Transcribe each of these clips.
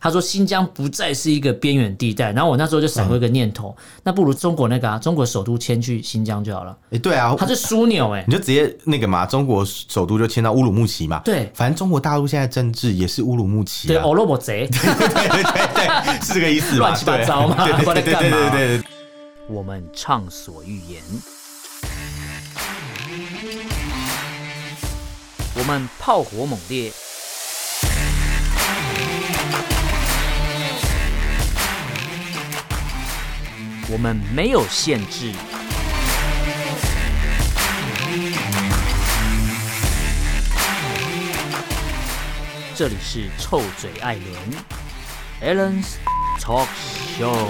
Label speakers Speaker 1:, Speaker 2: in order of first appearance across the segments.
Speaker 1: 他说新疆不再是一个边缘地带，然后我那时候就闪过一个念头，
Speaker 2: 嗯
Speaker 1: 那不如中国那个啊，中国首都迁去新疆就好了，
Speaker 2: 哎，对啊，
Speaker 1: 它是枢纽哎、
Speaker 2: 你就直接那个嘛，中国首都就迁到乌鲁木齐嘛。
Speaker 1: 对
Speaker 2: 反正中国大陆现在政治也是乌鲁木齐、
Speaker 1: 对，
Speaker 2: 啊。
Speaker 1: 欧罗伯贼，
Speaker 2: 对，是这个意思吧？
Speaker 1: 乱七八糟嘛
Speaker 2: 对
Speaker 1: 不
Speaker 2: 对
Speaker 1: 然
Speaker 2: 对
Speaker 1: 干
Speaker 2: 对
Speaker 1: 嘛
Speaker 2: 对对对。
Speaker 1: 我们畅所欲言；
Speaker 3: 我们炮火猛烈，我们没有限制。这里是臭嘴艾伦 a l l e n s Talk Show。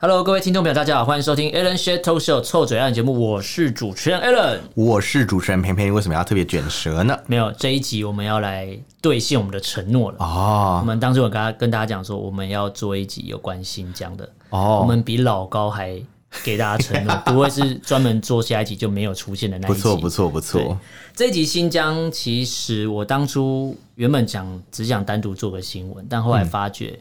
Speaker 1: Hello，各位听众朋友，大家好，欢迎收听 Alan s h a t o Show 臭嘴案节目，我是主持人 Alan。
Speaker 2: 我是主持人偏偏，为什么要特别卷舌呢？
Speaker 1: 没有这一集我们要来兑现我们的承诺了。我
Speaker 2: 哦
Speaker 1: 们当时我跟他跟大家讲说，我们要做一集有关新疆的，我
Speaker 2: 哦，
Speaker 1: 们比老高还给大家 承诺，不会是专门做下一集就没有出现的那一
Speaker 2: 不
Speaker 1: 集。
Speaker 2: 错不错不
Speaker 1: 对
Speaker 2: 错。
Speaker 1: 这一集新疆，其实我当初原本想只想单独做个新闻，但后来发觉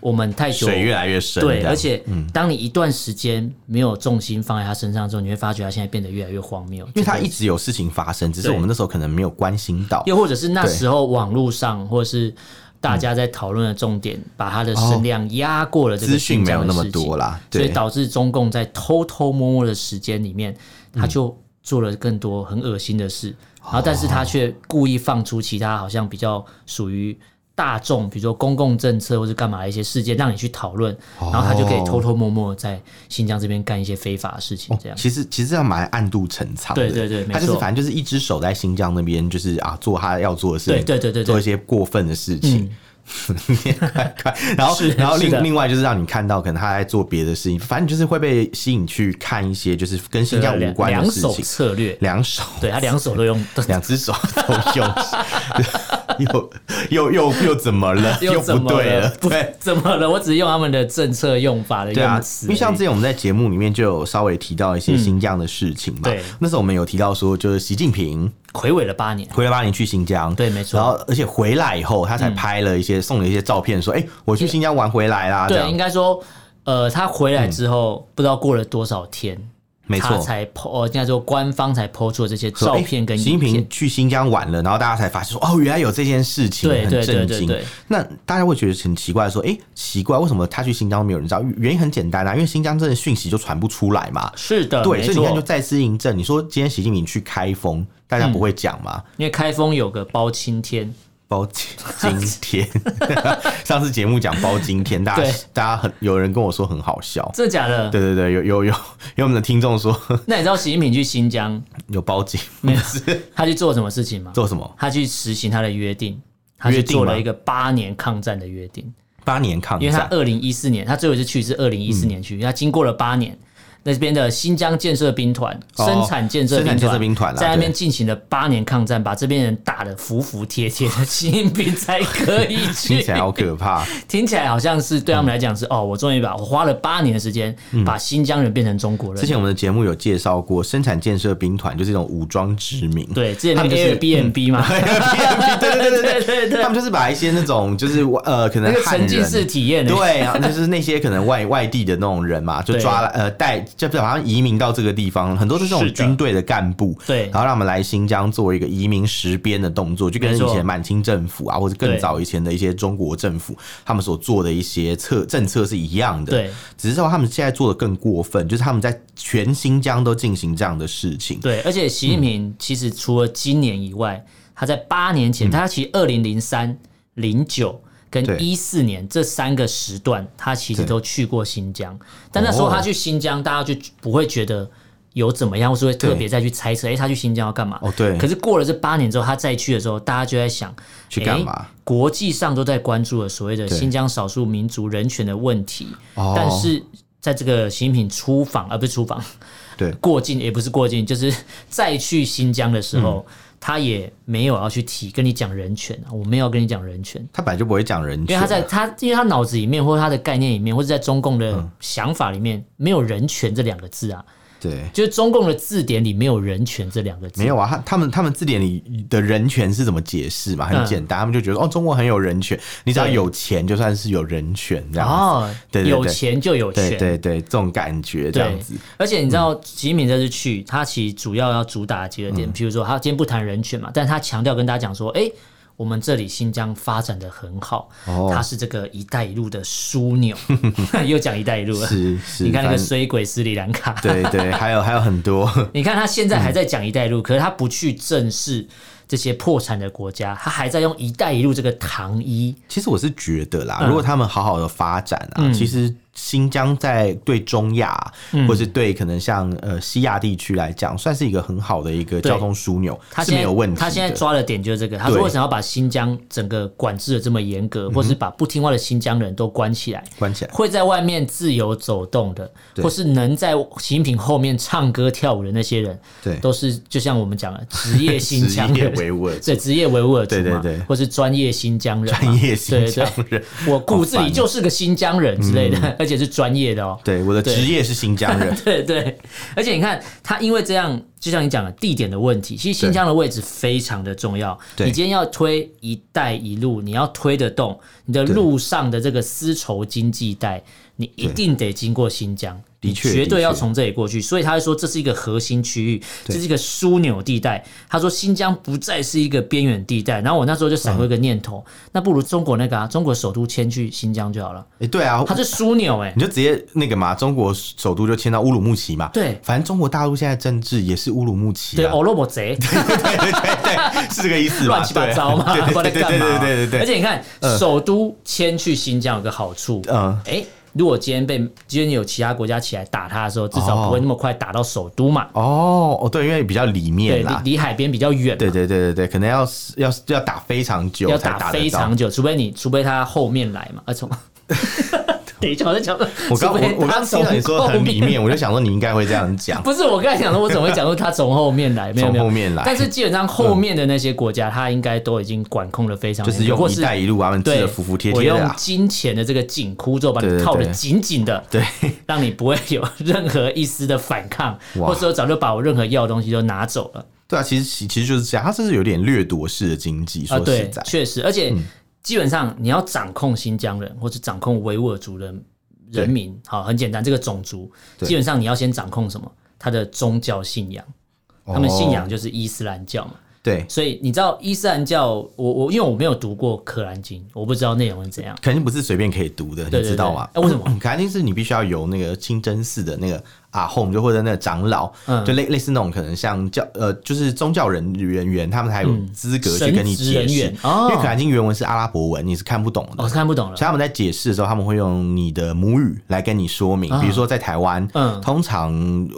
Speaker 1: 我们太久
Speaker 2: 嗯水越来越深，这
Speaker 1: 对，
Speaker 2: 样嗯
Speaker 1: 而且当你一段时间没有重心放在他身上之后，你会发觉他现在变得越来越荒谬，
Speaker 2: 因为它
Speaker 1: 这个
Speaker 2: 一直有事情发生，只是
Speaker 1: 对
Speaker 2: 我们那时候可能没有关心到。
Speaker 1: 又或者是那时候网络上或者是大
Speaker 2: 嗯
Speaker 1: 家在讨论的重点，把他的声量压过了这个
Speaker 2: 资讯
Speaker 1: 新
Speaker 2: 没有
Speaker 1: 疆的
Speaker 2: 那么
Speaker 1: 事情
Speaker 2: 多啦，
Speaker 1: 所以
Speaker 2: 对，
Speaker 1: 导致中共在偷偷摸摸的时间里面，他就做了更多很恶心的事，
Speaker 2: 哦
Speaker 1: 然后但是他却故意放出其他好像比较属于。大众，比如说公共政策或是干嘛的一些事件，让你去讨论，
Speaker 2: 哦
Speaker 1: 然后他就可以偷偷摸摸在新疆这边干一些非法的事情，这样。
Speaker 2: 其实其实这样蛮暗度陈仓的，
Speaker 1: 对对对没
Speaker 2: 他就是
Speaker 1: 错
Speaker 2: 反正就是一只手在新疆那边，就是啊做他要做的事情，
Speaker 1: 对对对对对嗯
Speaker 2: 做一些过分的事情。 然后
Speaker 1: 是，
Speaker 2: 然后
Speaker 1: 是的
Speaker 2: 另另外就是让你看到，可能他在做别的事情，反正就是会被吸引去看一些就是跟新疆无关
Speaker 1: 啊两
Speaker 2: 的事
Speaker 1: 手
Speaker 2: 情。
Speaker 1: 策略，
Speaker 2: 两手，
Speaker 1: 对他两手都用，都
Speaker 2: 两只手 都用，又又又又怎么了？又
Speaker 1: 怎
Speaker 2: 不
Speaker 1: 么
Speaker 2: 对了，
Speaker 1: 不
Speaker 2: 对。
Speaker 1: 怎么了？我只是用他们的政策用法的
Speaker 2: 对啊
Speaker 1: 用，词而已，
Speaker 2: 因为像之前我们在节目里面就有稍微提到一些新疆的事情嘛。
Speaker 1: 嗯对
Speaker 2: 那时候我们有提到说，就是习近平
Speaker 1: 魁伟了八年，
Speaker 2: 回来八年去新疆，
Speaker 1: 对没错
Speaker 2: 然后而且回来以后，他才拍了一些、送了一些照片，说：“哎、我去新疆玩回来啦。”这
Speaker 1: 对，应
Speaker 2: 样
Speaker 1: 该说，呃，他回来之后、不知道过了多少天，
Speaker 2: 嗯没
Speaker 1: 他
Speaker 2: 错。
Speaker 1: 才 PO，呃应该说官方才 PO 出了这些
Speaker 2: 说
Speaker 1: 照
Speaker 2: 哎
Speaker 1: 片跟影
Speaker 2: 习近
Speaker 1: 片
Speaker 2: 平。去新疆玩了，然后大家才发现说，哦，原来有这件事情，
Speaker 1: 对
Speaker 2: 很
Speaker 1: 对对
Speaker 2: 震
Speaker 1: 对
Speaker 2: 惊
Speaker 1: 对。
Speaker 2: 那大家会觉得很奇怪，说，哎、奇怪，为什么他去新疆没有人知道？原因很简单啊，因为新疆这的讯息就传不出来嘛。
Speaker 1: 是的，
Speaker 2: 对，
Speaker 1: 没
Speaker 2: 所以你看，就
Speaker 1: 错，
Speaker 2: 再次印证，你说今天习近平去开封，大家不会讲吗？
Speaker 1: 因为开封有个包青天，
Speaker 2: 包今今天，上次节目讲包今天，大家
Speaker 1: 对
Speaker 2: 大家很有人跟我说很好笑，
Speaker 1: 真的假的？
Speaker 2: 对对对，有有有有我们的听众说
Speaker 1: 那你知道习近平去新疆，
Speaker 2: 有包金
Speaker 1: 没有他去做什么事情吗？
Speaker 2: 做什么？
Speaker 1: 他去实行他的约定，他
Speaker 2: 约
Speaker 1: 去
Speaker 2: 定
Speaker 1: 做了
Speaker 2: 吗
Speaker 1: 一个八年抗战的约定。
Speaker 2: 八年抗
Speaker 1: 因为他
Speaker 2: 战，
Speaker 1: 二零一四年，他最后一次去是二零一四年
Speaker 2: 嗯
Speaker 1: 去，他经过了八年，那边的新疆建设兵团、
Speaker 2: 哦
Speaker 1: 生产建设
Speaker 2: 生
Speaker 1: 兵
Speaker 2: 产建设
Speaker 1: 团、
Speaker 2: 兵团啦啊
Speaker 1: 在那边
Speaker 2: 对
Speaker 1: 进行了八年抗战，把这边人打得服服帖帖的，习近平才可以去。
Speaker 2: 听起来好可怕。
Speaker 1: 听起来好像是对他们来讲是、哦，我终于把我花了八年的时间、把新疆人变成中国人
Speaker 2: 嗯之。前我们的节目有介绍过，生产建设兵团就是一种武装殖民，
Speaker 1: 对，之前那
Speaker 2: 他们
Speaker 1: 个
Speaker 2: 就是
Speaker 1: Airbnb 嘛，
Speaker 2: 对对对对
Speaker 1: 对对对
Speaker 2: 他们就是把一些那种就是呃可能
Speaker 1: 那个
Speaker 2: 汉
Speaker 1: 沉
Speaker 2: 人
Speaker 1: 浸式体 验、欸，
Speaker 2: 对，啊，就是那些可能外外地的那种人嘛，就
Speaker 1: 对
Speaker 2: 抓来呃带，就把他们移民到这个地方，很多都是这
Speaker 1: 是
Speaker 2: 种
Speaker 1: 的
Speaker 2: 军队的干部，
Speaker 1: 对
Speaker 2: 然后让他们来新疆做一个移民实边的动作，就跟
Speaker 1: 没错
Speaker 2: 以前满清政府啊，或者更
Speaker 1: 对
Speaker 2: 早以前的一些中国政府他们所做的一些策政策是一样的，
Speaker 1: 对，
Speaker 2: 只是说他们现在做的更过分，就是他们在全新疆都进行这样的事情，
Speaker 1: 对，而且习近
Speaker 2: 嗯
Speaker 1: 平其实除了今年以外，他在八年前，他其实二零零三、零九跟
Speaker 2: 对
Speaker 1: 一四年这三个时段，他其实
Speaker 2: 对哦
Speaker 1: 都去过新疆。但那时候他去新疆，大家就不会觉得有怎么样，或是会特别再去猜测，哎、他去新疆要干嘛？
Speaker 2: 哦对
Speaker 1: 可是过了这八年之后，他再去的时候，大家就在想
Speaker 2: 去干
Speaker 1: 诶
Speaker 2: 嘛
Speaker 1: 国际上都在关注了所谓的
Speaker 2: 对
Speaker 1: 新疆少数民族人权的问题，
Speaker 2: 哦
Speaker 1: 但是在这个习近平出访，呃而、不是出访。
Speaker 2: 对，
Speaker 1: 过境也不是过境，就是再去新疆的时
Speaker 2: 嗯
Speaker 1: 候，他也没有要去提跟你讲人权啊，我没有要跟你讲人权，
Speaker 2: 他本来就不会讲人
Speaker 1: 因
Speaker 2: 权
Speaker 1: 为
Speaker 2: 啊，
Speaker 1: 他在他因为他
Speaker 2: 嗯
Speaker 1: 脑子里面或者他的概念里面，或者在中共的想法里面，没有人权这两个字啊。
Speaker 2: 对，
Speaker 1: 就是中共的字典里没有人权这两个字，
Speaker 2: 没有啊，他他们他们字典里的人权是怎么解释嘛？很
Speaker 1: 嗯
Speaker 2: 简单，他们就觉得哦，中国很有人权，你只要
Speaker 1: 对
Speaker 2: 有钱就算是有人权这样子。
Speaker 1: 哦，
Speaker 2: 对对对
Speaker 1: 有钱就有
Speaker 2: 对
Speaker 1: 权，
Speaker 2: 对对，这种感觉这样
Speaker 1: 对
Speaker 2: 子，，嗯
Speaker 1: 而且你知道，习近平这次去，他其实主要要主打几个点，譬如说，他今天不谈人权嘛，但他强调跟大家讲说，哎、我们这里新疆发展的很好，
Speaker 2: 哦
Speaker 1: 它是这个“一带一路”的枢纽， 又讲“一带一路”了。
Speaker 2: 是是，
Speaker 1: 你看那
Speaker 2: 反
Speaker 1: 个
Speaker 2: 正
Speaker 1: 衰鬼斯里兰卡，
Speaker 2: 对对，还有还有很多，
Speaker 1: 你看他现在还在讲“一带一
Speaker 2: 嗯
Speaker 1: 路”，可是他不去正视这些破产的国家，他还在用“一带一路”这个糖衣。
Speaker 2: 其实我是觉得啦，
Speaker 1: 嗯
Speaker 2: 如果他们好好的发展啊，其实新疆在对中亚，
Speaker 1: 嗯
Speaker 2: 或是对可能像呃西亚地区来讲，算是一个很好的一个
Speaker 1: 对
Speaker 2: 交通枢纽，
Speaker 1: 他
Speaker 2: 是
Speaker 1: 现
Speaker 2: 没
Speaker 1: 在
Speaker 2: 有问题的。
Speaker 1: 他现在抓的点就是这个，他说
Speaker 2: 对
Speaker 1: 为什么要把新疆整个管制的这么严格，或是把不听话的新疆人都关起来？
Speaker 2: 关起来，
Speaker 1: 会在外面自由走动的，
Speaker 2: 对
Speaker 1: 或是能在习近平后面唱歌跳舞的那些人，
Speaker 2: 对
Speaker 1: 都是就像我们讲的职业新
Speaker 2: 职
Speaker 1: 疆
Speaker 2: 业
Speaker 1: 人，
Speaker 2: 维吾尔族
Speaker 1: 对职业维吾尔族嘛，
Speaker 2: 对对对
Speaker 1: 或是专业新疆人嘛，
Speaker 2: 专业哦新疆
Speaker 1: 对对
Speaker 2: 人，
Speaker 1: 对我骨子里就是个新疆人之类的，
Speaker 2: 嗯
Speaker 1: 而且是专业的哦。
Speaker 2: 对我的
Speaker 1: 对，
Speaker 2: 职业是新疆人
Speaker 1: 对对，而且你看，他因为这样，就像你讲的地点的问题，其实新疆的位置非常的重要。
Speaker 2: 对
Speaker 1: 你今天要推“一带一路”，你要推得动，你的路上的这个丝绸经济带，你一定得经过新疆。
Speaker 2: 的
Speaker 1: 你
Speaker 2: 确
Speaker 1: 绝对要
Speaker 2: 的确
Speaker 1: 从这里过去，所以他会说这是一个核心区域，这是一个枢纽地带。他说新疆不再是一个边缘地带。然后我那时候就闪过
Speaker 2: 嗯
Speaker 1: 一个念头，那不如中国那个啊，中国首都迁去新疆就好了，
Speaker 2: 哎，对啊
Speaker 1: 它。是枢纽哎、
Speaker 2: 你就直接那个嘛，中国首都就迁到乌鲁木齐嘛。
Speaker 1: 对
Speaker 2: 反正中国大陆现在政治也是乌鲁木齐
Speaker 1: 对，
Speaker 2: 啊，
Speaker 1: 欧罗伯贼。
Speaker 2: 是这个意思吧？
Speaker 1: 乱七八糟嘛，
Speaker 2: 啊对
Speaker 1: 不
Speaker 2: 对
Speaker 1: 知道在干
Speaker 2: 对对对
Speaker 1: 嘛。
Speaker 2: 对对对。
Speaker 1: 而且你看，首都迁去新疆有个好处，
Speaker 2: 嗯，
Speaker 1: 哎，如果今天被今天有其他国家起来打他的时候，至
Speaker 2: 哦
Speaker 1: 少不会那么快打到首都嘛。
Speaker 2: 哦哦，对，因为比较里
Speaker 1: 对，
Speaker 2: 面
Speaker 1: 离
Speaker 2: 啦，
Speaker 1: 离海边比较远嘛，
Speaker 2: 对对对对对，可能要是要是要打非常久
Speaker 1: 要
Speaker 2: 才
Speaker 1: 打
Speaker 2: 打得
Speaker 1: 非
Speaker 2: 到
Speaker 1: 常久，除非你，除非他后面来嘛，啊 从。等一下，我在讲，
Speaker 2: 我刚
Speaker 1: 除非
Speaker 2: 我我
Speaker 1: 他
Speaker 2: 刚听
Speaker 1: 从
Speaker 2: 到你说很里
Speaker 1: 后
Speaker 2: 面，我就想说你应该会这样 讲。
Speaker 1: 不是，我刚才讲的，我怎么会讲说他从后面来？没有
Speaker 2: 从
Speaker 1: 没有，
Speaker 2: 后面来
Speaker 1: 但是基本上后面的那些国家，他应该都已经管控的非常
Speaker 2: 就
Speaker 1: 严格，
Speaker 2: 是用
Speaker 1: 或
Speaker 2: “一带一路”啊，他们治
Speaker 1: 对，
Speaker 2: 的服服帖
Speaker 1: 我
Speaker 2: 帖的
Speaker 1: 用
Speaker 2: 啊，
Speaker 1: 金钱的这个紧箍咒把
Speaker 2: 对
Speaker 1: 你
Speaker 2: 对
Speaker 1: 套的
Speaker 2: 对
Speaker 1: 紧紧的，
Speaker 2: 对，
Speaker 1: 让你不会有任何一丝的反抗，
Speaker 2: 哇
Speaker 1: 或者说早就把我任何要的东西都拿走了
Speaker 2: 对啊，其实其其实就是这样，它这是有点掠夺式的经济，
Speaker 1: 啊！
Speaker 2: 说实
Speaker 1: 对
Speaker 2: 在，，嗯
Speaker 1: 确实，而且基本上你要掌控新疆人或者掌控维吾尔族人
Speaker 2: 对
Speaker 1: 人民，好，很简单，这个种族
Speaker 2: 对
Speaker 1: 基本上你要先掌控什么？他的宗教信仰，
Speaker 2: 哦
Speaker 1: 他们信仰就是伊斯兰教嘛。
Speaker 2: 对，
Speaker 1: 所以你知道伊斯兰教，我我因为我没有读过《可兰经》，我不知道内容是怎样。
Speaker 2: 肯定不是随便可以读的，
Speaker 1: 对
Speaker 2: 你知道吗？
Speaker 1: 对对哎 为什么？
Speaker 2: 肯定是你必须要有那个清真寺的那个啊，home 就或者那个长老，
Speaker 1: 嗯
Speaker 2: 就类类似那种可能像教呃，就是宗教人人员，他们才有资格去
Speaker 1: 神
Speaker 2: 跟你
Speaker 1: 职
Speaker 2: 解
Speaker 1: 人
Speaker 2: 释
Speaker 1: 员。哦
Speaker 2: 因为可兰经原文是阿拉伯文，你是看不懂
Speaker 1: 我、
Speaker 2: 的。
Speaker 1: 哦、看不懂了
Speaker 2: 所以。他们在解释的时候，他们会用你的母语来跟你说明。
Speaker 1: 啊
Speaker 2: 比如说在台湾，
Speaker 1: 嗯
Speaker 2: 通常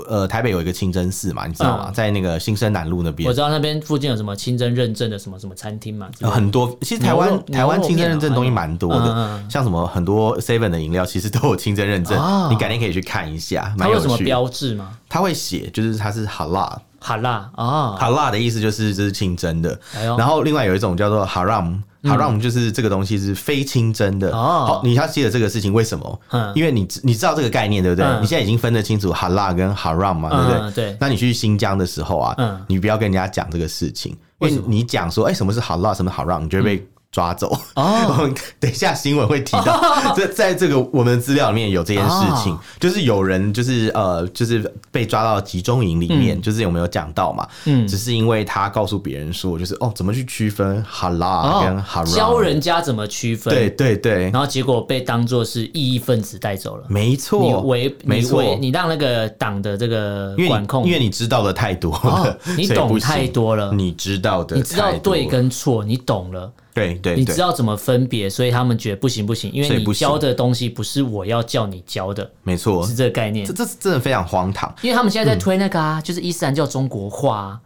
Speaker 2: 呃台北有一个清真寺嘛，你知道吗？
Speaker 1: 嗯
Speaker 2: 在那个新生南路那
Speaker 1: 我
Speaker 2: 边。
Speaker 1: 知道那边附近有什么清真认证的什么什么餐厅嘛，之类的
Speaker 2: 有哦呃很多，其实台
Speaker 1: 牛
Speaker 2: 湾
Speaker 1: 肉啊
Speaker 2: 台湾清真认证东西蛮多
Speaker 1: 牛肉面啊
Speaker 2: 的，像什么很多 Seven 的饮料其实都有清真认证
Speaker 1: 哦，
Speaker 2: 你改天可以去看一下，
Speaker 1: 它
Speaker 2: 蛮
Speaker 1: 有
Speaker 2: 有
Speaker 1: 什么
Speaker 2: 趣的。
Speaker 1: 标志吗？
Speaker 2: 他会写，就是它是 halal
Speaker 1: 哈拉啊，
Speaker 2: halal 的意思就是这是清真的，
Speaker 1: 哎呦嗯
Speaker 2: 然后另外有一种叫做 haram。haram 就是这个东西是非清真的。
Speaker 1: 哦
Speaker 2: 好，你要记得这个事情，为什么？
Speaker 1: 嗯
Speaker 2: 因为你知你知道这个概念，对不对？
Speaker 1: 嗯
Speaker 2: 你现在已经分得清楚 halal 跟 haram 嘛，对不
Speaker 1: 嗯
Speaker 2: 对？
Speaker 1: 对
Speaker 2: 那你去新疆的时候啊，
Speaker 1: 嗯
Speaker 2: 你不要跟人家讲这个事情，因为你讲说，哎、什么是 halal，什么是 haram，你就会
Speaker 1: 嗯
Speaker 2: 被。抓走哦！ 等一下新闻会提 到，这在这个我们资料里面有这件事情，
Speaker 1: 哦
Speaker 2: 就是有人就是呃，就是被抓到集中营里面，就是有没有讲到嘛？
Speaker 1: 嗯
Speaker 2: 只是因为他告诉别人说，就是哦，怎么去区分哈拉跟哈
Speaker 1: 哦，
Speaker 2: 拉，
Speaker 1: 教人家怎么区分，
Speaker 2: 对，对对，
Speaker 1: 然后结果被当作是异议分子带走了。
Speaker 2: 没
Speaker 1: 你
Speaker 2: 错，
Speaker 1: 违，
Speaker 2: 没
Speaker 1: 你
Speaker 2: 错，
Speaker 1: 违，你让那个党的这个
Speaker 2: 因为
Speaker 1: 管
Speaker 2: 你
Speaker 1: 控，
Speaker 2: 因为你知道的太多了
Speaker 1: 哦，你
Speaker 2: 所以不
Speaker 1: 懂
Speaker 2: 行
Speaker 1: 太，多了，
Speaker 2: 你知道的
Speaker 1: 你
Speaker 2: 太多了，
Speaker 1: 知道对跟错，你懂了，
Speaker 2: 对对，
Speaker 1: 你
Speaker 2: 对
Speaker 1: 知道怎么分别，所以他们觉得不行不行，因
Speaker 2: 所
Speaker 1: 为
Speaker 2: 以不
Speaker 1: 你
Speaker 2: 行
Speaker 1: 教的东西不是我要叫你教的，
Speaker 2: 没错
Speaker 1: 是，这个概念
Speaker 2: 这。这嗯是真的非常荒唐，
Speaker 1: 因为他们现在在推那个啊，就是伊斯兰教中国化啊，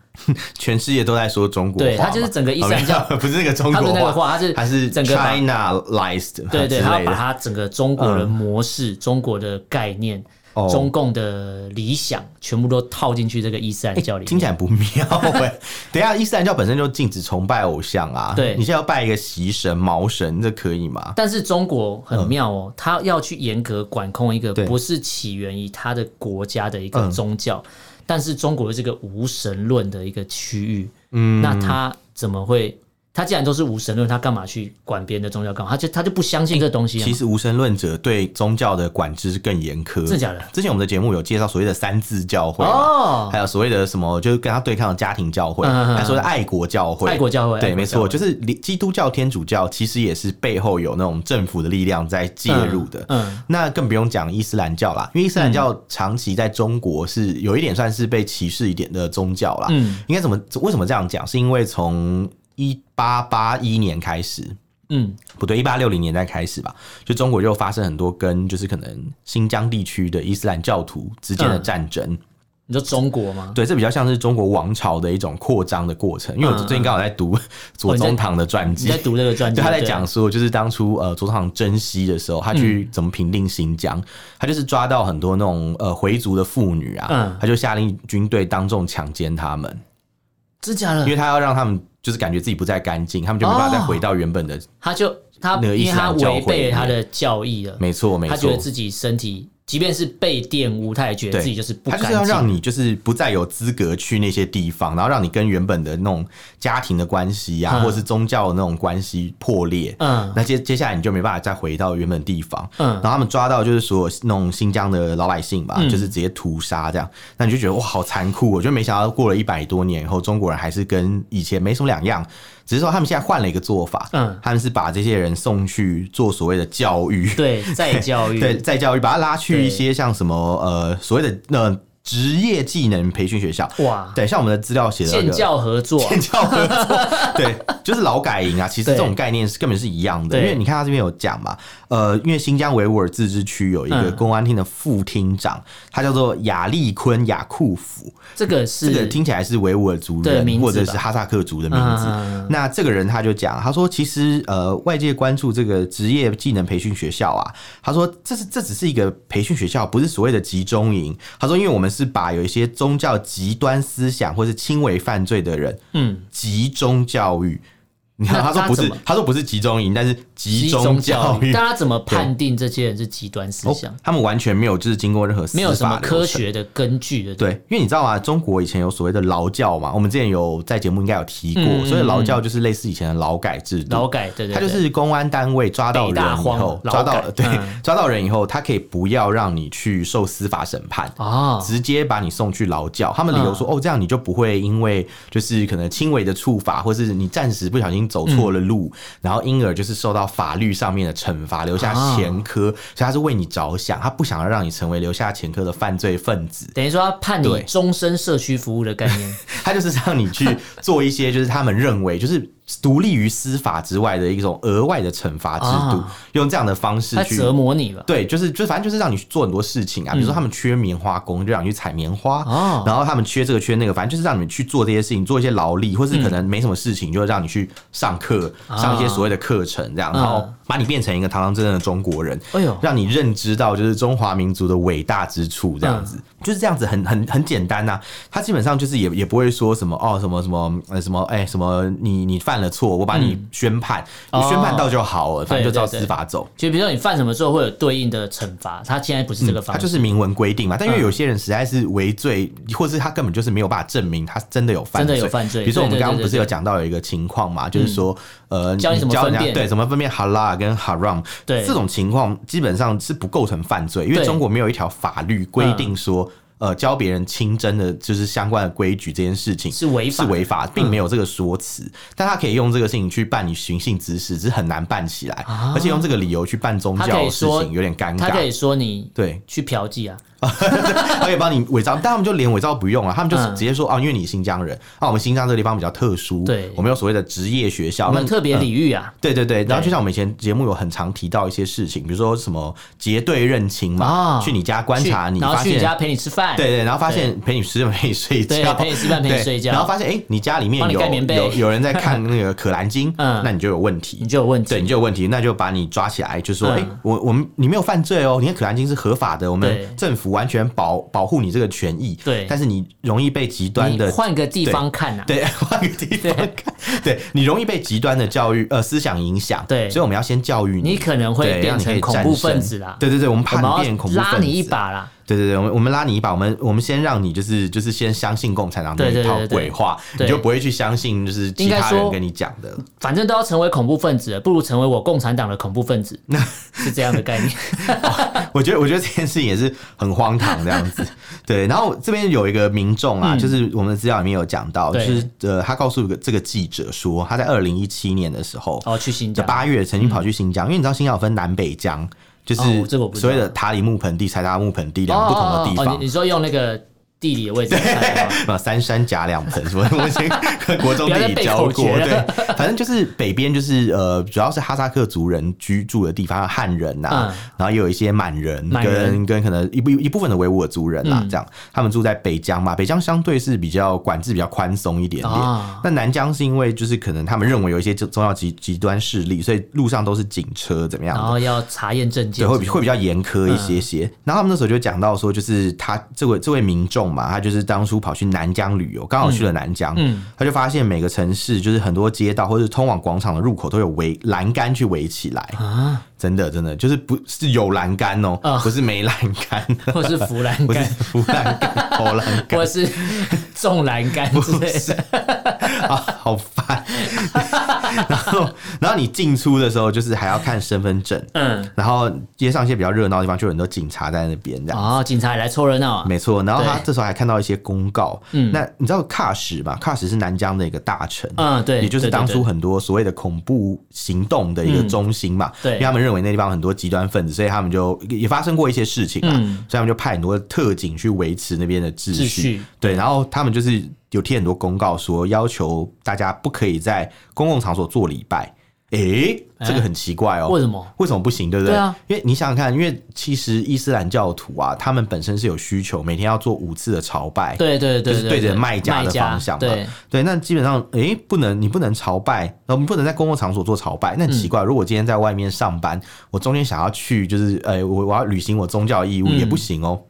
Speaker 2: 全世界都在说中国话
Speaker 1: 对
Speaker 2: 嘛，
Speaker 1: 他就是整个伊斯兰教
Speaker 2: 哦没有不是那个中
Speaker 1: 啊他的
Speaker 2: 国
Speaker 1: 那个话，他是
Speaker 2: 它是
Speaker 1: 整个把
Speaker 2: Chinaized
Speaker 1: 对对，
Speaker 2: 之
Speaker 1: 他
Speaker 2: 类
Speaker 1: 要把
Speaker 2: 的，
Speaker 1: 它整个中国的模式、中国的概念，
Speaker 2: 哦
Speaker 1: 中共的理想全部都套进去这个伊斯兰教里
Speaker 2: 听起
Speaker 1: 面。
Speaker 2: 来不妙哎、 等一下，伊斯兰教本身就禁止崇拜偶像啊。
Speaker 1: 对
Speaker 2: 你现在要拜一个习神、毛神，这可以吗？
Speaker 1: 但是中国很妙哦，他要去严格管控一个
Speaker 2: 嗯对
Speaker 1: 不是起源于他的国家的一
Speaker 2: 嗯
Speaker 1: 个宗教，但是中国是个无神论的一个区域，嗯，那他怎么会？他既然都是无神论，他干嘛去管别人的宗教干嘛？他就他就不相信这东西啊嘛。
Speaker 2: 其实无神论者对宗教的管制是更严苛。
Speaker 1: 真的假的
Speaker 2: 之前我们的节目有介绍所谓的三字教会嘛，
Speaker 1: 哦
Speaker 2: 还有所谓的什么，就是跟他对抗的家庭教会，
Speaker 1: 嗯嗯嗯
Speaker 2: 还有所谓的爱国教会。
Speaker 1: 爱国教会爱
Speaker 2: 对，
Speaker 1: 国
Speaker 2: 没错，
Speaker 1: 教会
Speaker 2: 就是连基督教、天主教其实也是背后有那种政府的力量在介入的。
Speaker 1: 嗯嗯
Speaker 2: 那更不用讲伊斯兰教啦，因为伊斯兰教长期在中国是有一点算是被歧视一点的宗教啦。
Speaker 1: 嗯
Speaker 2: 应该怎么为什么这样讲？是因为从一八八一年开始，
Speaker 1: 嗯，
Speaker 2: 不对，一八六零年代开始吧，就中国就发生很多跟就是可能新疆地区的伊斯兰教徒之间的战争。
Speaker 1: 嗯你说中国吗？
Speaker 2: 对，这比较像是中国王朝的一种扩张的过程。因为我
Speaker 1: 嗯
Speaker 2: 最近刚好在读左宗棠的传
Speaker 1: 你
Speaker 2: 记
Speaker 1: 在。嗯读这个传记，
Speaker 2: 就他在
Speaker 1: 对
Speaker 2: 讲说，就是当初呃，左宗棠征西的时候，他去怎么平定新疆，他就是抓到很多那种呃回族的妇女啊，
Speaker 1: 嗯
Speaker 2: 他就下令军队当众强奸他们，
Speaker 1: 真假 的
Speaker 2: 因，为他要让他们就是感觉自己不再干净，他们就没办法再回到原本的。
Speaker 1: 他就他
Speaker 2: 那个伊
Speaker 1: 因为
Speaker 2: 斯
Speaker 1: 他
Speaker 2: 兰教会
Speaker 1: 违背了他的教义了，
Speaker 2: 没错，没错，
Speaker 1: 他觉得自己身体即便是被玷污，他也觉得
Speaker 2: 对
Speaker 1: 自己就是不
Speaker 2: 他
Speaker 1: 干
Speaker 2: 就是要让
Speaker 1: 净。
Speaker 2: 你就是不再有资格去那些地方，然后让你跟原本的那种家庭的关系呀、
Speaker 1: 嗯
Speaker 2: 或者是宗教的那种关系破裂。
Speaker 1: 嗯
Speaker 2: 那接接下来你就没办法再回到原本地方，
Speaker 1: 嗯
Speaker 2: 然后他们抓到就是所有那种新疆的老百姓吧，
Speaker 1: 嗯
Speaker 2: 就是直接屠杀这样，那你就觉得哇好残酷哦，我就没想到过了一百多年以后，中国人还是跟以前没什么两样，只是说他们现在换了一个做法，
Speaker 1: 嗯
Speaker 2: 他们是把这些人送去做所谓的教育，
Speaker 1: 对，再教育，
Speaker 2: 对，再教育，把他拉去
Speaker 1: 对
Speaker 2: 一些像什么呃所谓的呃职业技能培训学校。
Speaker 1: 哇，
Speaker 2: 对，像我们的资料写的那
Speaker 1: 建
Speaker 2: 个
Speaker 1: 教合作，
Speaker 2: 建教合作，对，就是劳改营啊。其实
Speaker 1: 对
Speaker 2: 这种概念是根本是一样的，
Speaker 1: 对
Speaker 2: 因为你看他这边有讲嘛，呃，因为新疆维吾尔自治区有一个
Speaker 1: 嗯
Speaker 2: 公安厅的副厅长，他叫做雅利坤雅库甫，
Speaker 1: 这个
Speaker 2: 这
Speaker 1: 是
Speaker 2: 个听起来是维吾尔族
Speaker 1: 对名字
Speaker 2: 人
Speaker 1: 吧
Speaker 2: 或者是哈萨克族的名字。
Speaker 1: 嗯
Speaker 2: 那这个人他就讲，他说其实呃，外界关注这个职业技能培训学校啊，他说这是这只是一个培训学校，不是所谓的集中营。他说，因为我们是把有一些宗教极端思想或是轻微犯罪的人
Speaker 1: 嗯，
Speaker 2: 集中教育。你看，
Speaker 1: 那
Speaker 2: 他说
Speaker 1: 他
Speaker 2: 不是
Speaker 1: 怎么，
Speaker 2: 他说不是集中营，但是集中
Speaker 1: 中
Speaker 2: 教育
Speaker 1: 育，。大家怎么判定这些人是极端思
Speaker 2: 哦
Speaker 1: 想？
Speaker 2: 他们完全没有，就是经过任何司
Speaker 1: 没有什
Speaker 2: 法
Speaker 1: 么
Speaker 2: 流
Speaker 1: 科
Speaker 2: 程
Speaker 1: 学的根据的，
Speaker 2: 对，因为你知道吗？中国以前有所谓的劳教嘛，我们之前有在节目应该有提过，
Speaker 1: 嗯嗯
Speaker 2: 所以劳教就是类似以前的劳改制度。
Speaker 1: 劳改，对对，
Speaker 2: 它就
Speaker 1: 对
Speaker 2: 是公安单位抓到
Speaker 1: 北
Speaker 2: 人
Speaker 1: 大
Speaker 2: 以
Speaker 1: 荒
Speaker 2: 后，
Speaker 1: 劳
Speaker 2: 抓到
Speaker 1: 改
Speaker 2: 了对、
Speaker 1: 嗯
Speaker 2: 抓到人以后，他可以不要让你去受司法审判。
Speaker 1: 哦，
Speaker 2: 直接把你送去劳教，他们理由说、
Speaker 1: 嗯
Speaker 2: 哦，这样你就不会因为就是可能轻微的处罚，或是你暂时不小心走错了
Speaker 1: 嗯
Speaker 2: 路，然后因而就是受到法律上面的惩罚，留下
Speaker 1: 啊
Speaker 2: 前科，所以他是为你着想，他不想要让你成为留下前科的犯罪分子。
Speaker 1: 等于说他判你
Speaker 2: 对
Speaker 1: 终身社区服务的概念，
Speaker 2: 他就是让你 去做一些，就是他们认为就是独立于司法之外的一种额外的惩罚制度，
Speaker 1: 啊
Speaker 2: 用这样的方式
Speaker 1: 他
Speaker 2: 去。
Speaker 1: 折磨你吧？
Speaker 2: 对，就是就反正就是让你去做很多事情啊，比如说他们缺棉花工，就让你去采棉花，
Speaker 1: 嗯哦
Speaker 2: 然后他们缺这个缺那个，反正就是让你们去做这些事情，做一些劳力，或是
Speaker 1: 嗯
Speaker 2: 可能没什么事情，就让你去上课，上一些所谓的课程，这样，然后把你变成一个堂堂正正的中国人，
Speaker 1: 啊哎呦，
Speaker 2: 让你认知到就是中华民族的伟大之处，这样
Speaker 1: 嗯
Speaker 2: 子、就是这样子很，很很简单呐、啊他基本上就是也也不会说什么哦什么什么呃什么哎、什么你你犯了错，我把你宣判，
Speaker 1: 哦
Speaker 2: 你宣判到就好了，反正就照
Speaker 1: 对对
Speaker 2: 司法走。
Speaker 1: 就比如说你犯什么错会有对应的惩罚，他现在不是这个方式，
Speaker 2: 他嗯
Speaker 1: 嗯
Speaker 2: 就是明文规定嘛，但因为有些人实在是违罪，或是他根本就是没有办法证明他真的有犯罪。
Speaker 1: 真的有犯罪
Speaker 2: 比如说我们
Speaker 1: 对对
Speaker 2: 刚刚
Speaker 1: 对
Speaker 2: 不是
Speaker 1: 对
Speaker 2: 有讲到有一个情况嘛，就是说，呃，
Speaker 1: 教你怎么
Speaker 2: 人家
Speaker 1: 分辨
Speaker 2: 对，怎么分辨 halal 跟 haram，
Speaker 1: 对
Speaker 2: 这种情况基本上是不构成犯罪，因为
Speaker 1: 对嗯
Speaker 2: 中国没有一条法律规定说。呃，教别人清真的就是相关的规矩这件事情
Speaker 1: 是违法嗯
Speaker 2: 是违法，并没有这个说辞，但他可以用这个事情去办理寻衅滋事，只是很难办起来，而且用这个理由去办宗
Speaker 1: 啊他可
Speaker 2: 教
Speaker 1: 以
Speaker 2: 的事
Speaker 1: 说
Speaker 2: 情有点尴
Speaker 1: 他可以
Speaker 2: 尬。
Speaker 1: 说你
Speaker 2: 对，
Speaker 1: 去嫖妓啊，
Speaker 2: 他可以帮你伪造，但他们就连伪造不用了，他们就是
Speaker 1: 嗯
Speaker 2: 直接说哦，因为你是新疆人，啊，我们新疆这个地方比较特殊，
Speaker 1: 对
Speaker 2: 我们有所谓的职业学校，
Speaker 1: 我们
Speaker 2: 那
Speaker 1: 特别
Speaker 2: 嗯
Speaker 1: 礼遇啊，
Speaker 2: 对对对，然后
Speaker 1: 对
Speaker 2: 就像我们以前节目有很常提到一些事情，比如说什么结对认亲嘛，
Speaker 1: 啊
Speaker 2: 去你家观察
Speaker 1: 去
Speaker 2: 你，
Speaker 1: 然后
Speaker 2: 发
Speaker 1: 去你
Speaker 2: 现
Speaker 1: 家陪你吃饭，
Speaker 2: 对对，然后发现陪你吃饭陪你睡
Speaker 1: 对
Speaker 2: 觉，
Speaker 1: 陪你吃饭陪你
Speaker 2: 对
Speaker 1: 睡觉
Speaker 2: 然后发现哎、你家里面
Speaker 1: 帮你
Speaker 2: 有
Speaker 1: 盖棉被
Speaker 2: 有有人在看那个可兰经，
Speaker 1: 嗯
Speaker 2: 那你就有问题，
Speaker 1: 你就有问
Speaker 2: 对，
Speaker 1: 题
Speaker 2: 你。就有问题，那就把你抓起来，就说：“
Speaker 1: 嗯
Speaker 2: 哎、我我们你没有犯罪哦，你看可兰经是合法的，我们
Speaker 1: 对
Speaker 2: 政府完全保保护你这个权益。
Speaker 1: 对
Speaker 2: 但是你容易被极端
Speaker 1: 你
Speaker 2: 的
Speaker 1: 换个地方看啊，
Speaker 2: 对 换个地方看，对你容易被极端的教育呃思想影响。
Speaker 1: 对
Speaker 2: 所以我们要先教育你，
Speaker 1: 你可能会
Speaker 2: 对让
Speaker 1: 变
Speaker 2: 你可以
Speaker 1: 成恐
Speaker 2: 战
Speaker 1: 怖
Speaker 2: 胜
Speaker 1: 分子啦
Speaker 2: 对对对，我们
Speaker 1: 我
Speaker 2: 怕
Speaker 1: 们
Speaker 2: 你变
Speaker 1: 要
Speaker 2: 恐怖分子，
Speaker 1: 拉你一。把啦。
Speaker 2: 对对对，我们我们拉你一把，我们我们先让你就是就是先相信共产党那
Speaker 1: 对
Speaker 2: 一
Speaker 1: 对
Speaker 2: 套
Speaker 1: 对对
Speaker 2: 鬼话，
Speaker 1: 对
Speaker 2: 你就不会去相信就是其
Speaker 1: 应该
Speaker 2: 他人
Speaker 1: 说
Speaker 2: 跟你讲的。
Speaker 1: 反正都要成为恐怖分子了，不如成为我共产党的恐怖分子，是这样的概念。
Speaker 2: 我觉得，我觉得这件事情也是很荒唐这样 子。对，然后这边有一个民众啊，就是我们的资料里面有讲到，就
Speaker 1: 嗯对
Speaker 2: 是呃，他告诉这个记者说，他在二零一七年的时候，
Speaker 1: 哦，去新疆，
Speaker 2: 八月曾经跑去新疆，因为你知道新疆有分南北疆，就
Speaker 1: 哦这个我不
Speaker 2: 是
Speaker 1: 知道
Speaker 2: 所谓的塔里木盆地、柴达木盆地两
Speaker 1: 哦
Speaker 2: 个不同的地
Speaker 1: 哦哦
Speaker 2: 方
Speaker 1: 你。你说用那个地理的位置 看吗？
Speaker 2: 啊，三山夹两盆，什么我以前国中
Speaker 1: 不要
Speaker 2: 地
Speaker 1: 再
Speaker 2: 理
Speaker 1: 背
Speaker 2: 教
Speaker 1: 口
Speaker 2: 过，
Speaker 1: 诀了
Speaker 2: 对，反正就是北边就是呃，主要是哈萨克族人居住的地方，汉人呐、
Speaker 1: 嗯
Speaker 2: 然后也有一些满人
Speaker 1: 满人
Speaker 2: 跟跟可能一部一部分的维吾尔族人啦、
Speaker 1: 嗯
Speaker 2: 这样他们住在北疆嘛，北疆相对是比较管制比较宽松一点点。
Speaker 1: 啊
Speaker 2: 那南疆是因为就是可能他们认为有一些宗教极极端势力，所以路上都是警车怎么样
Speaker 1: 然
Speaker 2: 的，
Speaker 1: 后要查验证件之
Speaker 2: 对，会
Speaker 1: 类的，嗯
Speaker 2: 比会比较严苛一些些。然后他们那时候就讲到说，就是他这位这位民众嘛，他就是当初跑去南疆旅游，刚好去了南疆，
Speaker 1: 嗯嗯
Speaker 2: 他就发现每个城市就是很多街道或者通往广场的入口都有围栏杆去围起来，
Speaker 1: 啊，
Speaker 2: 真的真的就是不是有栏杆哦、
Speaker 1: 啊
Speaker 2: 不是没栏 杆，
Speaker 1: 或者是扶栏
Speaker 2: 不是
Speaker 1: 杆，
Speaker 2: 不栏杆，投栏杆
Speaker 1: 或。者 是种栏杆之类的。
Speaker 2: 啊，好烦！ 然后，然后你进出的时候，就是还要看身份证。
Speaker 1: 嗯，
Speaker 2: 然后街上一些比较热闹的地方，就有很多警察在那边这样。
Speaker 1: 哦，警察也来凑热闹啊。
Speaker 2: 没错，然后他
Speaker 1: 对
Speaker 2: 这时候还看到一些公告。
Speaker 1: 嗯
Speaker 2: 那你知道喀什嘛？喀什是南疆的一个大城，
Speaker 1: 嗯，对，
Speaker 2: 也就是当
Speaker 1: 对
Speaker 2: 初
Speaker 1: 对
Speaker 2: 很多所谓的恐怖行动的一个中心嘛。
Speaker 1: 对
Speaker 2: 因为他们认为那地方很多极端分子，所以他们就也发生过一些事情嘛，
Speaker 1: 嗯
Speaker 2: 所以他们就派很多特警去维持那边的秩
Speaker 1: 秩序
Speaker 2: 对，然后他们就是有贴很多公告说，要求大家不可以在公共场所做礼拜。诶、
Speaker 1: 啊
Speaker 2: 这个很奇怪哦、
Speaker 1: 为什么？
Speaker 2: 为什么不行？对不对？
Speaker 1: 对啊
Speaker 2: 因为你想想看，因为其实伊斯兰教徒啊，他们本身是有需求，每天要做五次的朝拜，
Speaker 1: 对对对，
Speaker 2: 就是对着卖家的方向嘛。
Speaker 1: 对，
Speaker 2: 对那基本上，诶、不能，你不能朝拜，我们不能在公共场所做朝
Speaker 1: 嗯
Speaker 2: 拜。那很奇怪，如果我今天在外面上班，我中间想要去，就是，呃、我我要履行我宗教义务、
Speaker 1: 嗯
Speaker 2: 也不行哦，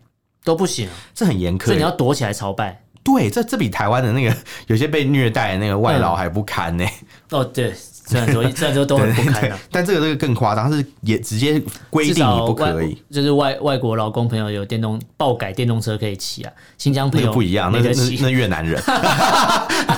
Speaker 1: 都不行，啊
Speaker 2: 这很严
Speaker 1: 所以你
Speaker 2: 苛。
Speaker 1: 要躲起来朝拜。
Speaker 2: 对，这这比台湾的那个 有些被虐待的那个外劳还不堪呢、
Speaker 1: 哦，对，虽 然说虽然说都很
Speaker 2: 对
Speaker 1: 不
Speaker 2: 对
Speaker 1: 堪
Speaker 2: 对
Speaker 1: 啊，，
Speaker 2: 但这个这个更夸张，它是也直接规
Speaker 1: 至
Speaker 2: 定
Speaker 1: 少
Speaker 2: 你不
Speaker 1: 外
Speaker 2: 可以。
Speaker 1: 就是外外国劳工朋友有电动爆改电动车可以骑啊，新疆朋
Speaker 2: 那个
Speaker 1: 友
Speaker 2: 不一样，那
Speaker 1: 没
Speaker 2: 个
Speaker 1: 得
Speaker 2: 那
Speaker 1: 骑。
Speaker 2: 那越 南人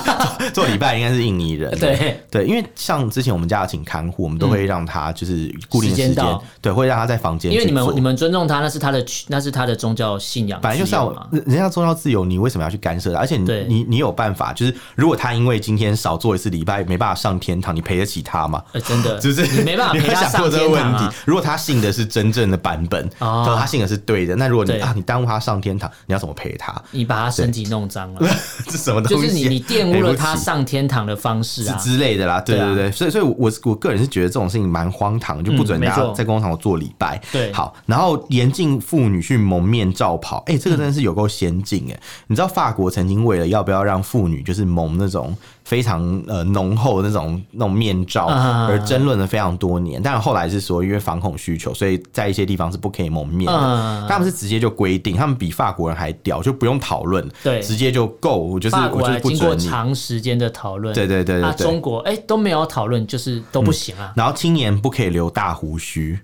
Speaker 2: 做做礼拜应该是印尼人。
Speaker 1: 对嗯
Speaker 2: 对，因为像之前我们家有请看护，我们都会让他就是固定的
Speaker 1: 时
Speaker 2: 时
Speaker 1: 间
Speaker 2: 间
Speaker 1: 到，
Speaker 2: 对，会让他在房间去
Speaker 1: 因
Speaker 2: 做。
Speaker 1: 为你们你们尊重他，那是他的那是他的宗教信仰自由嘛，
Speaker 2: 本来就是要人家宗教自由，你为什么要去干涉他？而且你
Speaker 1: 对
Speaker 2: 你你有办法，就是如果他因为今天少做一次礼拜没办法上天堂，你赔得起他吗？
Speaker 1: 呃，真 的，
Speaker 2: 是不是？
Speaker 1: 你没办法
Speaker 2: 你
Speaker 1: 陪
Speaker 2: 有
Speaker 1: 他
Speaker 2: 想
Speaker 1: 上
Speaker 2: 过这个
Speaker 1: 天
Speaker 2: 问
Speaker 1: 堂
Speaker 2: 题
Speaker 1: 啊。？
Speaker 2: 如果他信的是真正的版本，
Speaker 1: 哦
Speaker 2: 然后他信的是对的，那如果你
Speaker 1: 对
Speaker 2: 啊你耽误他上天堂，你要怎么赔他？
Speaker 1: 你把他身体弄脏了，
Speaker 2: 这什么
Speaker 1: 就
Speaker 2: 东西啊？
Speaker 1: 是你你玷污
Speaker 2: 赔
Speaker 1: 了
Speaker 2: 不
Speaker 1: 他
Speaker 2: 起
Speaker 1: 上天堂的方式
Speaker 2: 之
Speaker 1: 啊。
Speaker 2: 之类的啦，对
Speaker 1: 对啊
Speaker 2: 对对，所以所以我，我我个人是觉得这种事情蛮荒唐，就不准
Speaker 1: 嗯没
Speaker 2: 大
Speaker 1: 错
Speaker 2: 家在工厂做礼拜。
Speaker 1: 对
Speaker 2: 好，然后严禁妇女去蒙面罩袍，哎、这
Speaker 1: 嗯
Speaker 2: 个真的是有够先进哎、你知道法国曾经为了要不要让妇女就是蒙那种非常呃浓厚的那种那种面罩
Speaker 1: 啊
Speaker 2: 而争论了非常多年，但后来是说因为反恐需求，所以在一些地方是不可以蒙面的。
Speaker 1: 嗯
Speaker 2: 他们是直接就规定，他们比法国人还屌，就不用讨论，
Speaker 1: 对
Speaker 2: 直接就够，我就是
Speaker 1: 法
Speaker 2: 我
Speaker 1: 国
Speaker 2: 就
Speaker 1: 啊
Speaker 2: 是不
Speaker 1: 经过
Speaker 2: 准你。
Speaker 1: 长时间的讨论，
Speaker 2: 对对对对嗯
Speaker 1: 啊，
Speaker 2: 对，
Speaker 1: 中国哎都没有讨论，就是都不行啊。
Speaker 2: 然后青年不可以留大胡须，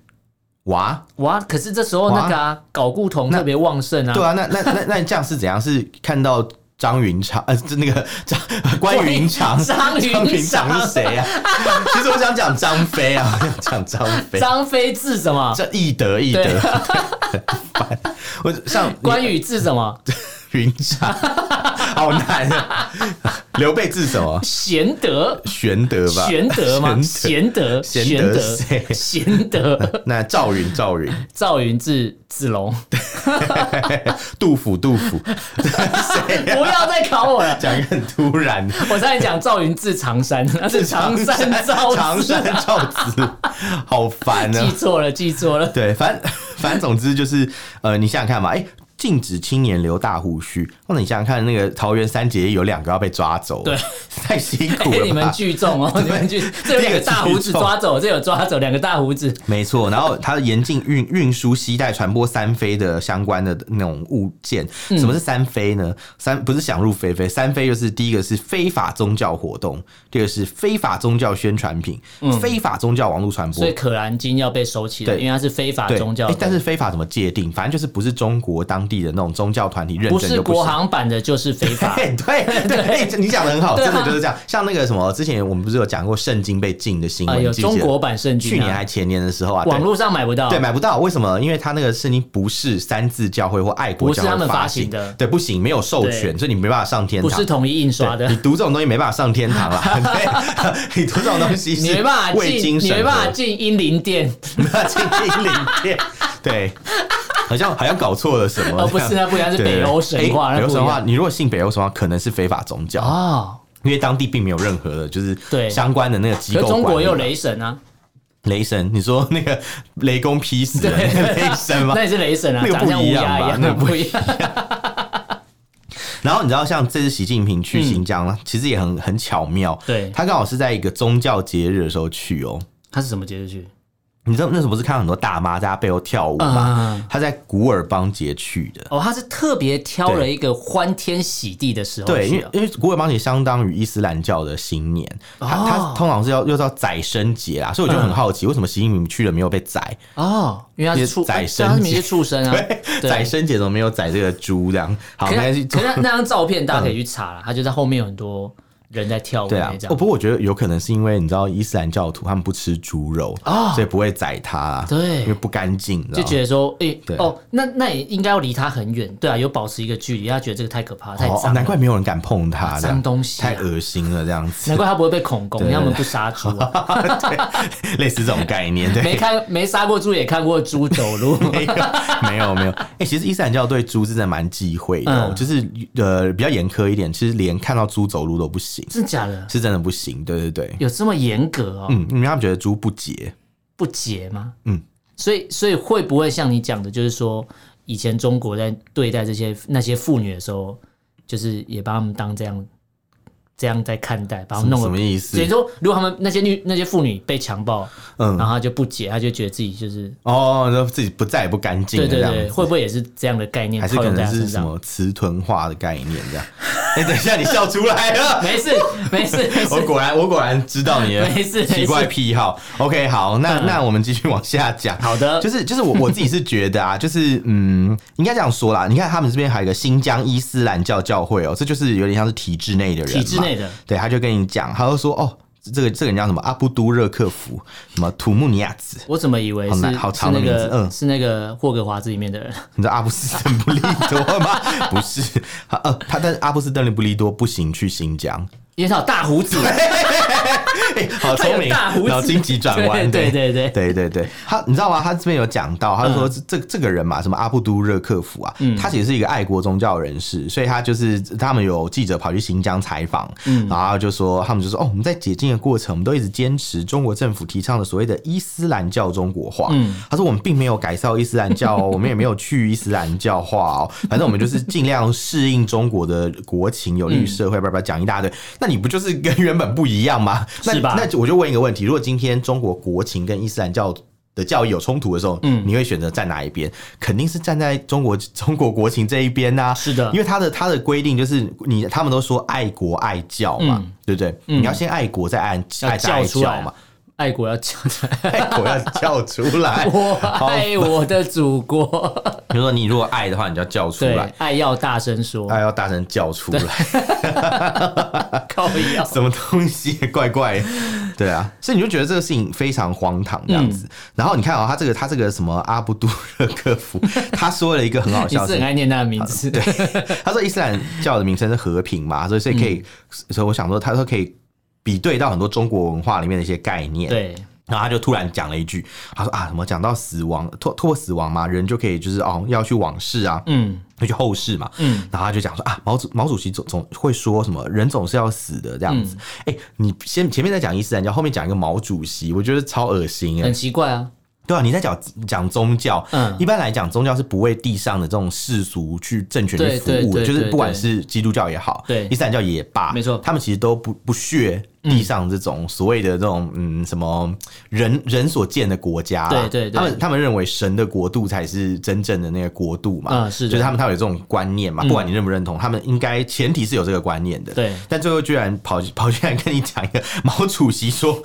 Speaker 2: 哇，
Speaker 1: 哇，可是这时候那个啊，睾固酮特别旺盛啊。
Speaker 2: 对啊，那那那那这样是怎样？是看到张云长呃，这那个张呃关云长，
Speaker 1: 张云
Speaker 2: 张云长是谁啊？ 其实我想讲张飞啊， 我想讲张飞，
Speaker 1: 张飞字什么？
Speaker 2: 这易德易德
Speaker 1: 对，
Speaker 2: 我像
Speaker 1: 关羽字什么？
Speaker 2: 云长，好难啊！刘备字什么？
Speaker 1: 玄德，
Speaker 2: 玄德吧？
Speaker 1: 玄德吗？
Speaker 2: 玄
Speaker 1: 玄德，
Speaker 2: 玄
Speaker 1: 玄
Speaker 2: 德
Speaker 1: 德
Speaker 2: 谁，
Speaker 1: 玄德，
Speaker 2: 那赵云，赵云，
Speaker 1: 赵云字子龙。
Speaker 2: 杜甫，杜甫，谁
Speaker 1: 不要再考我了。
Speaker 2: 讲一个很突然的。
Speaker 1: 我才讲赵云字长山，那是长山赵
Speaker 2: 长
Speaker 1: 子，啊
Speaker 2: 山赵子，好烦
Speaker 1: 记
Speaker 2: 啊！
Speaker 1: 错了，记错了。
Speaker 2: 对，反反正总之就是，呃，你想想看嘛，哎、禁止青年留大胡须。哦那你想想看，那个桃园三结义有两个要被抓走，
Speaker 1: 对，
Speaker 2: 太辛苦了
Speaker 1: 哎
Speaker 2: 吧。
Speaker 1: 你们聚众哦，你们聚，这有两个大胡子抓走，这有抓走两个大胡子，
Speaker 2: 没错，然后它严禁运运输、携带、传播三飞的相关的那种物件。
Speaker 1: 嗯
Speaker 2: 什么是三飞呢？三不是想入非非，三飞就是第一个是非法宗教活动，第二个是非法宗教宣传品、
Speaker 1: 嗯
Speaker 2: 非法宗教网络传播
Speaker 1: 所以。可兰经要被收起来，
Speaker 2: 对
Speaker 1: 因为它是非法
Speaker 2: 对，
Speaker 1: 宗教
Speaker 2: 诶
Speaker 1: 的。
Speaker 2: 但是非法怎么界定？反正就是不是中国当地的那种宗教团体认
Speaker 1: 不
Speaker 2: 证就是不
Speaker 1: 国行版的，就是非法。
Speaker 2: 对对对，你讲的很好，
Speaker 1: 对啊
Speaker 2: 真的就是这样。像那个什么，之前我们不是有讲过圣经被禁的新
Speaker 1: 啊，
Speaker 2: 闻？
Speaker 1: 有
Speaker 2: 你记不记
Speaker 1: 中
Speaker 2: 得
Speaker 1: 国版圣
Speaker 2: 去
Speaker 1: 经
Speaker 2: 年
Speaker 1: 啊，
Speaker 2: 还前年的时候啊，对
Speaker 1: 网络上买不到。
Speaker 2: 对，买不到，为什么？因为他那个圣经不是三字教会或爱国
Speaker 1: 不
Speaker 2: 教
Speaker 1: 是他
Speaker 2: 会
Speaker 1: 们
Speaker 2: 发
Speaker 1: 发行的
Speaker 2: 对，不行，没有授权，
Speaker 1: 对
Speaker 2: 所以你没办法上天
Speaker 1: 不
Speaker 2: 堂。
Speaker 1: 是统一印刷
Speaker 2: 对
Speaker 1: 的
Speaker 2: 你，读这种东西没办法上天堂啦， 对 你读这种东西
Speaker 1: 你
Speaker 2: 是
Speaker 1: 没办法
Speaker 2: 未
Speaker 1: 进，
Speaker 2: 经
Speaker 1: 你
Speaker 2: 审
Speaker 1: 没办法
Speaker 2: 核，
Speaker 1: 进英灵 殿，
Speaker 2: 没办法进心灵殿，对，好像好像搞错了什么，
Speaker 1: 哦，不是，那不一样，是
Speaker 2: 对对
Speaker 1: 北
Speaker 2: 对
Speaker 1: 欧神话，
Speaker 2: 诶北
Speaker 1: 那
Speaker 2: 欧
Speaker 1: 不一
Speaker 2: 神话，
Speaker 1: 样。
Speaker 2: 你如果信北欧神话，可能是非法宗教，
Speaker 1: 哦，
Speaker 2: 因为当地并没有任何的，就是
Speaker 1: 对
Speaker 2: 相关的那个机
Speaker 1: 可
Speaker 2: 构
Speaker 1: 是
Speaker 2: 管理嘛。
Speaker 1: 中国也有雷神啊，
Speaker 2: 雷神，你说那个雷公劈死人那个雷神 吗？
Speaker 1: 那也是雷神啊，
Speaker 2: 那个
Speaker 1: 长得像
Speaker 2: 不
Speaker 1: 乌
Speaker 2: 一样
Speaker 1: 鸦
Speaker 2: 吧
Speaker 1: 样，
Speaker 2: 那 个
Speaker 1: 不一样。
Speaker 2: 然后你知道，像这次习近平去新疆，其实也很很巧妙。
Speaker 1: 对
Speaker 2: 他刚好是在一个宗教节日的时候去哦。
Speaker 1: 他是什么节日去？
Speaker 2: 你知道那时候不是看到很多大妈在他背后跳舞吗？
Speaker 1: 嗯
Speaker 2: 他在古尔邦节去的。
Speaker 1: 哦，他是特别挑了
Speaker 2: 对
Speaker 1: 一个欢天喜地的时候
Speaker 2: 对，因
Speaker 1: 去
Speaker 2: 为
Speaker 1: 啊。
Speaker 2: 因为古尔邦节相当于伊斯兰教的新年，他
Speaker 1: 哦
Speaker 2: 他通常是要又到宰牲节啦，所以我就很好奇，为什么习近平去了没有被宰？
Speaker 1: 哦，因为他是畜，
Speaker 2: 宰
Speaker 1: 对
Speaker 2: 牲
Speaker 1: 他是名
Speaker 2: 节
Speaker 1: 是畜生啊， 对
Speaker 2: 宰牲节怎么没有宰这个猪？这样好，
Speaker 1: 可
Speaker 2: 没关
Speaker 1: 是
Speaker 2: 系。
Speaker 1: 可是那那张照片大家可以去查了，他就在后面有很多人在跳舞
Speaker 2: 对啊
Speaker 1: 那，张
Speaker 2: 哦，。不过我觉得有可能是因为你知道伊斯兰教徒他们不吃猪肉
Speaker 1: 哦
Speaker 2: 所以不会宰它啊，
Speaker 1: 对
Speaker 2: 因为不干净，啊你知道
Speaker 1: 就
Speaker 2: 吗
Speaker 1: 觉得说，哎、
Speaker 2: 对
Speaker 1: 哦，那那也应该要离他很远，对啊，有保持一个距离。他觉得这个太可怕，太
Speaker 2: 哦
Speaker 1: 脏了、
Speaker 2: 难怪没有人敢碰它，这样
Speaker 1: 脏东西啊
Speaker 2: 太恶心了，这样
Speaker 1: 难
Speaker 2: 子，
Speaker 1: 怪他不会被恐攻，因
Speaker 2: 对
Speaker 1: 为他们不杀猪啊，
Speaker 2: 对， 类似这种概念，对，
Speaker 1: 没看没杀过猪，也看过猪走 路。
Speaker 2: 没有，没有，没有。哎、其实伊斯兰教对猪真的蛮忌讳的哦、
Speaker 1: 嗯
Speaker 2: 就是呃比较严苛一点，其实连看到猪走路都不行，
Speaker 1: 真的假的？
Speaker 2: 是真的不行。对对对，
Speaker 1: 有这么严格哦？
Speaker 2: 嗯，因为他们觉得猪不洁。
Speaker 1: 不解吗？
Speaker 2: 嗯，
Speaker 1: 所以所以会不会像你讲的，就是说以前中国在对待这些那些妇女的时候，就是也把他们当这样这样在看待，把他们弄
Speaker 2: 什
Speaker 1: 得
Speaker 2: 么意思
Speaker 1: 所以说，如果他们那些女那些妇女被强暴，
Speaker 2: 嗯
Speaker 1: 然后她就不解，她就觉得自己就是
Speaker 2: 哦，然后自己不再也不干净
Speaker 1: 对
Speaker 2: 了这
Speaker 1: 对
Speaker 2: 样子
Speaker 1: 对，会不会也是这样的概念
Speaker 2: 还是
Speaker 1: 套
Speaker 2: 可
Speaker 1: 用在
Speaker 2: 能
Speaker 1: 她
Speaker 2: 是
Speaker 1: 身
Speaker 2: 什
Speaker 1: 上？
Speaker 2: 么词屯化的概念这样？哎、等一下，你笑出来了。
Speaker 1: 没事 没事没
Speaker 2: 我
Speaker 1: 事，
Speaker 2: 果然，我果然知道你
Speaker 1: 没
Speaker 2: 的
Speaker 1: 事嗯
Speaker 2: 奇怪癖好。OK，好，那那我们继续往下讲。
Speaker 1: 好的
Speaker 2: 就是就是我我自己是觉得啊， 就是嗯，应该这样说啦。你看他们这边还有一个新疆伊斯兰教教会哦，这就是有点像是体制内的人嘛，
Speaker 1: 体制内的
Speaker 2: 对，他就跟你讲，他就说哦，这个这个人叫什么阿布都热克福，什么土木尼亚子，
Speaker 1: 我怎么以为
Speaker 2: 好
Speaker 1: 是
Speaker 2: 难好
Speaker 1: 是
Speaker 2: 长的
Speaker 1: 那
Speaker 2: 名字
Speaker 1: 个
Speaker 2: 嗯
Speaker 1: 是那个霍格华兹里面的人？
Speaker 2: 你知道阿布斯邓布利多吗？ 不是，他呃，他但是阿布斯邓布利多不行去 新疆，
Speaker 1: 因为他有大胡 子，
Speaker 2: 哎好聪
Speaker 1: 他有
Speaker 2: 明
Speaker 1: 大 胡，子
Speaker 2: 脑筋急转弯，
Speaker 1: 对对对嗯
Speaker 2: 对对对，他你知道吗？他这边有讲到，他就说这这个人嘛，什么阿布都热克夫啊，他其实是一个爱国宗教人士，所以他就是他们有记者跑去新疆采访，
Speaker 1: 嗯
Speaker 2: 然后就说他们就说哦，我们在解禁的过程，我们都一直坚持中国政府提倡的所谓的伊斯兰教中国化。
Speaker 1: 嗯
Speaker 2: 他说我们并没有改造伊斯兰教哦，我们也没有去伊斯兰 教化哦，反正我们就是尽量适应中国的国情，有利于社会，
Speaker 1: 嗯
Speaker 2: 叭叭讲一大堆。那你不就是跟原本不一样吗？那
Speaker 1: 是吧
Speaker 2: 那我就问一个问题：如果今天中国国情跟伊斯兰教的教义有冲突的时候，嗯，你会选择站哪一边？肯定是站在中国 中国国情这一边呐、
Speaker 1: 是的
Speaker 2: 因为他的他的规定就是你他们都说爱国爱教嘛，
Speaker 1: 嗯
Speaker 2: 对不对？你要先爱国，再爱爱
Speaker 1: 要
Speaker 2: 再爱
Speaker 1: 叫出
Speaker 2: 教
Speaker 1: 来
Speaker 2: 嘛，，
Speaker 1: 爱国要叫出来。。
Speaker 2: 爱国要叫出来
Speaker 1: 我
Speaker 2: 好
Speaker 1: 爱我的祖国，
Speaker 2: 比如说你如果爱的话，你就要叫出
Speaker 1: 对
Speaker 2: 来，，
Speaker 1: 爱要大声说，
Speaker 2: 爱要大声叫出来。
Speaker 1: 靠腰。
Speaker 2: 什么东西，怪怪的，对啊，所以你就觉得这个事情非常荒唐这样子。然后你看啊、他这个他这个什么阿布杜热科夫，他说了一个很好
Speaker 1: 你
Speaker 2: 笑
Speaker 1: 是很
Speaker 2: 的事。
Speaker 1: 爱念他的名字，对，
Speaker 2: 他说伊斯兰教的名称是和平嘛，所以所以可以，所以我想说，他说可以比对到很多中国文化里面的一些概念。，然后他就突然讲了一句，他说啊，什么讲到死亡，透透过死亡嘛，人就可以就是哦要去往事啊，
Speaker 1: 嗯，
Speaker 2: 要去后世嘛，嗯，然后他就讲说啊，毛主毛主席总总会说什么人总是要死的这样子，哎、你先前面在讲伊斯兰教，后面讲一个毛主席，我觉得超恶心哎、
Speaker 1: 很奇怪啊，
Speaker 2: 对啊，你在讲讲宗教，
Speaker 1: 嗯
Speaker 2: 一般来讲，宗教是不为地上的这种世俗去政权去
Speaker 1: 对
Speaker 2: 服务
Speaker 1: 对
Speaker 2: 的，
Speaker 1: 对
Speaker 2: 就是
Speaker 1: 对
Speaker 2: 不管是基督教也好，
Speaker 1: 对
Speaker 2: 伊斯兰教也罢，
Speaker 1: 没错嗯
Speaker 2: 他们其实都不不屑地上这种所谓的这种嗯什么人人所建的国家啊，
Speaker 1: 对对对
Speaker 2: 他们他们认为神的国度才是真正的那个国度嘛，
Speaker 1: 嗯是的嗯
Speaker 2: 就是他们他们有这种观念嘛，不管你认不认同，他们应该前提是有这个观念的，
Speaker 1: 对
Speaker 2: 但最后居然跑跑居然跟你讲一个毛主席说，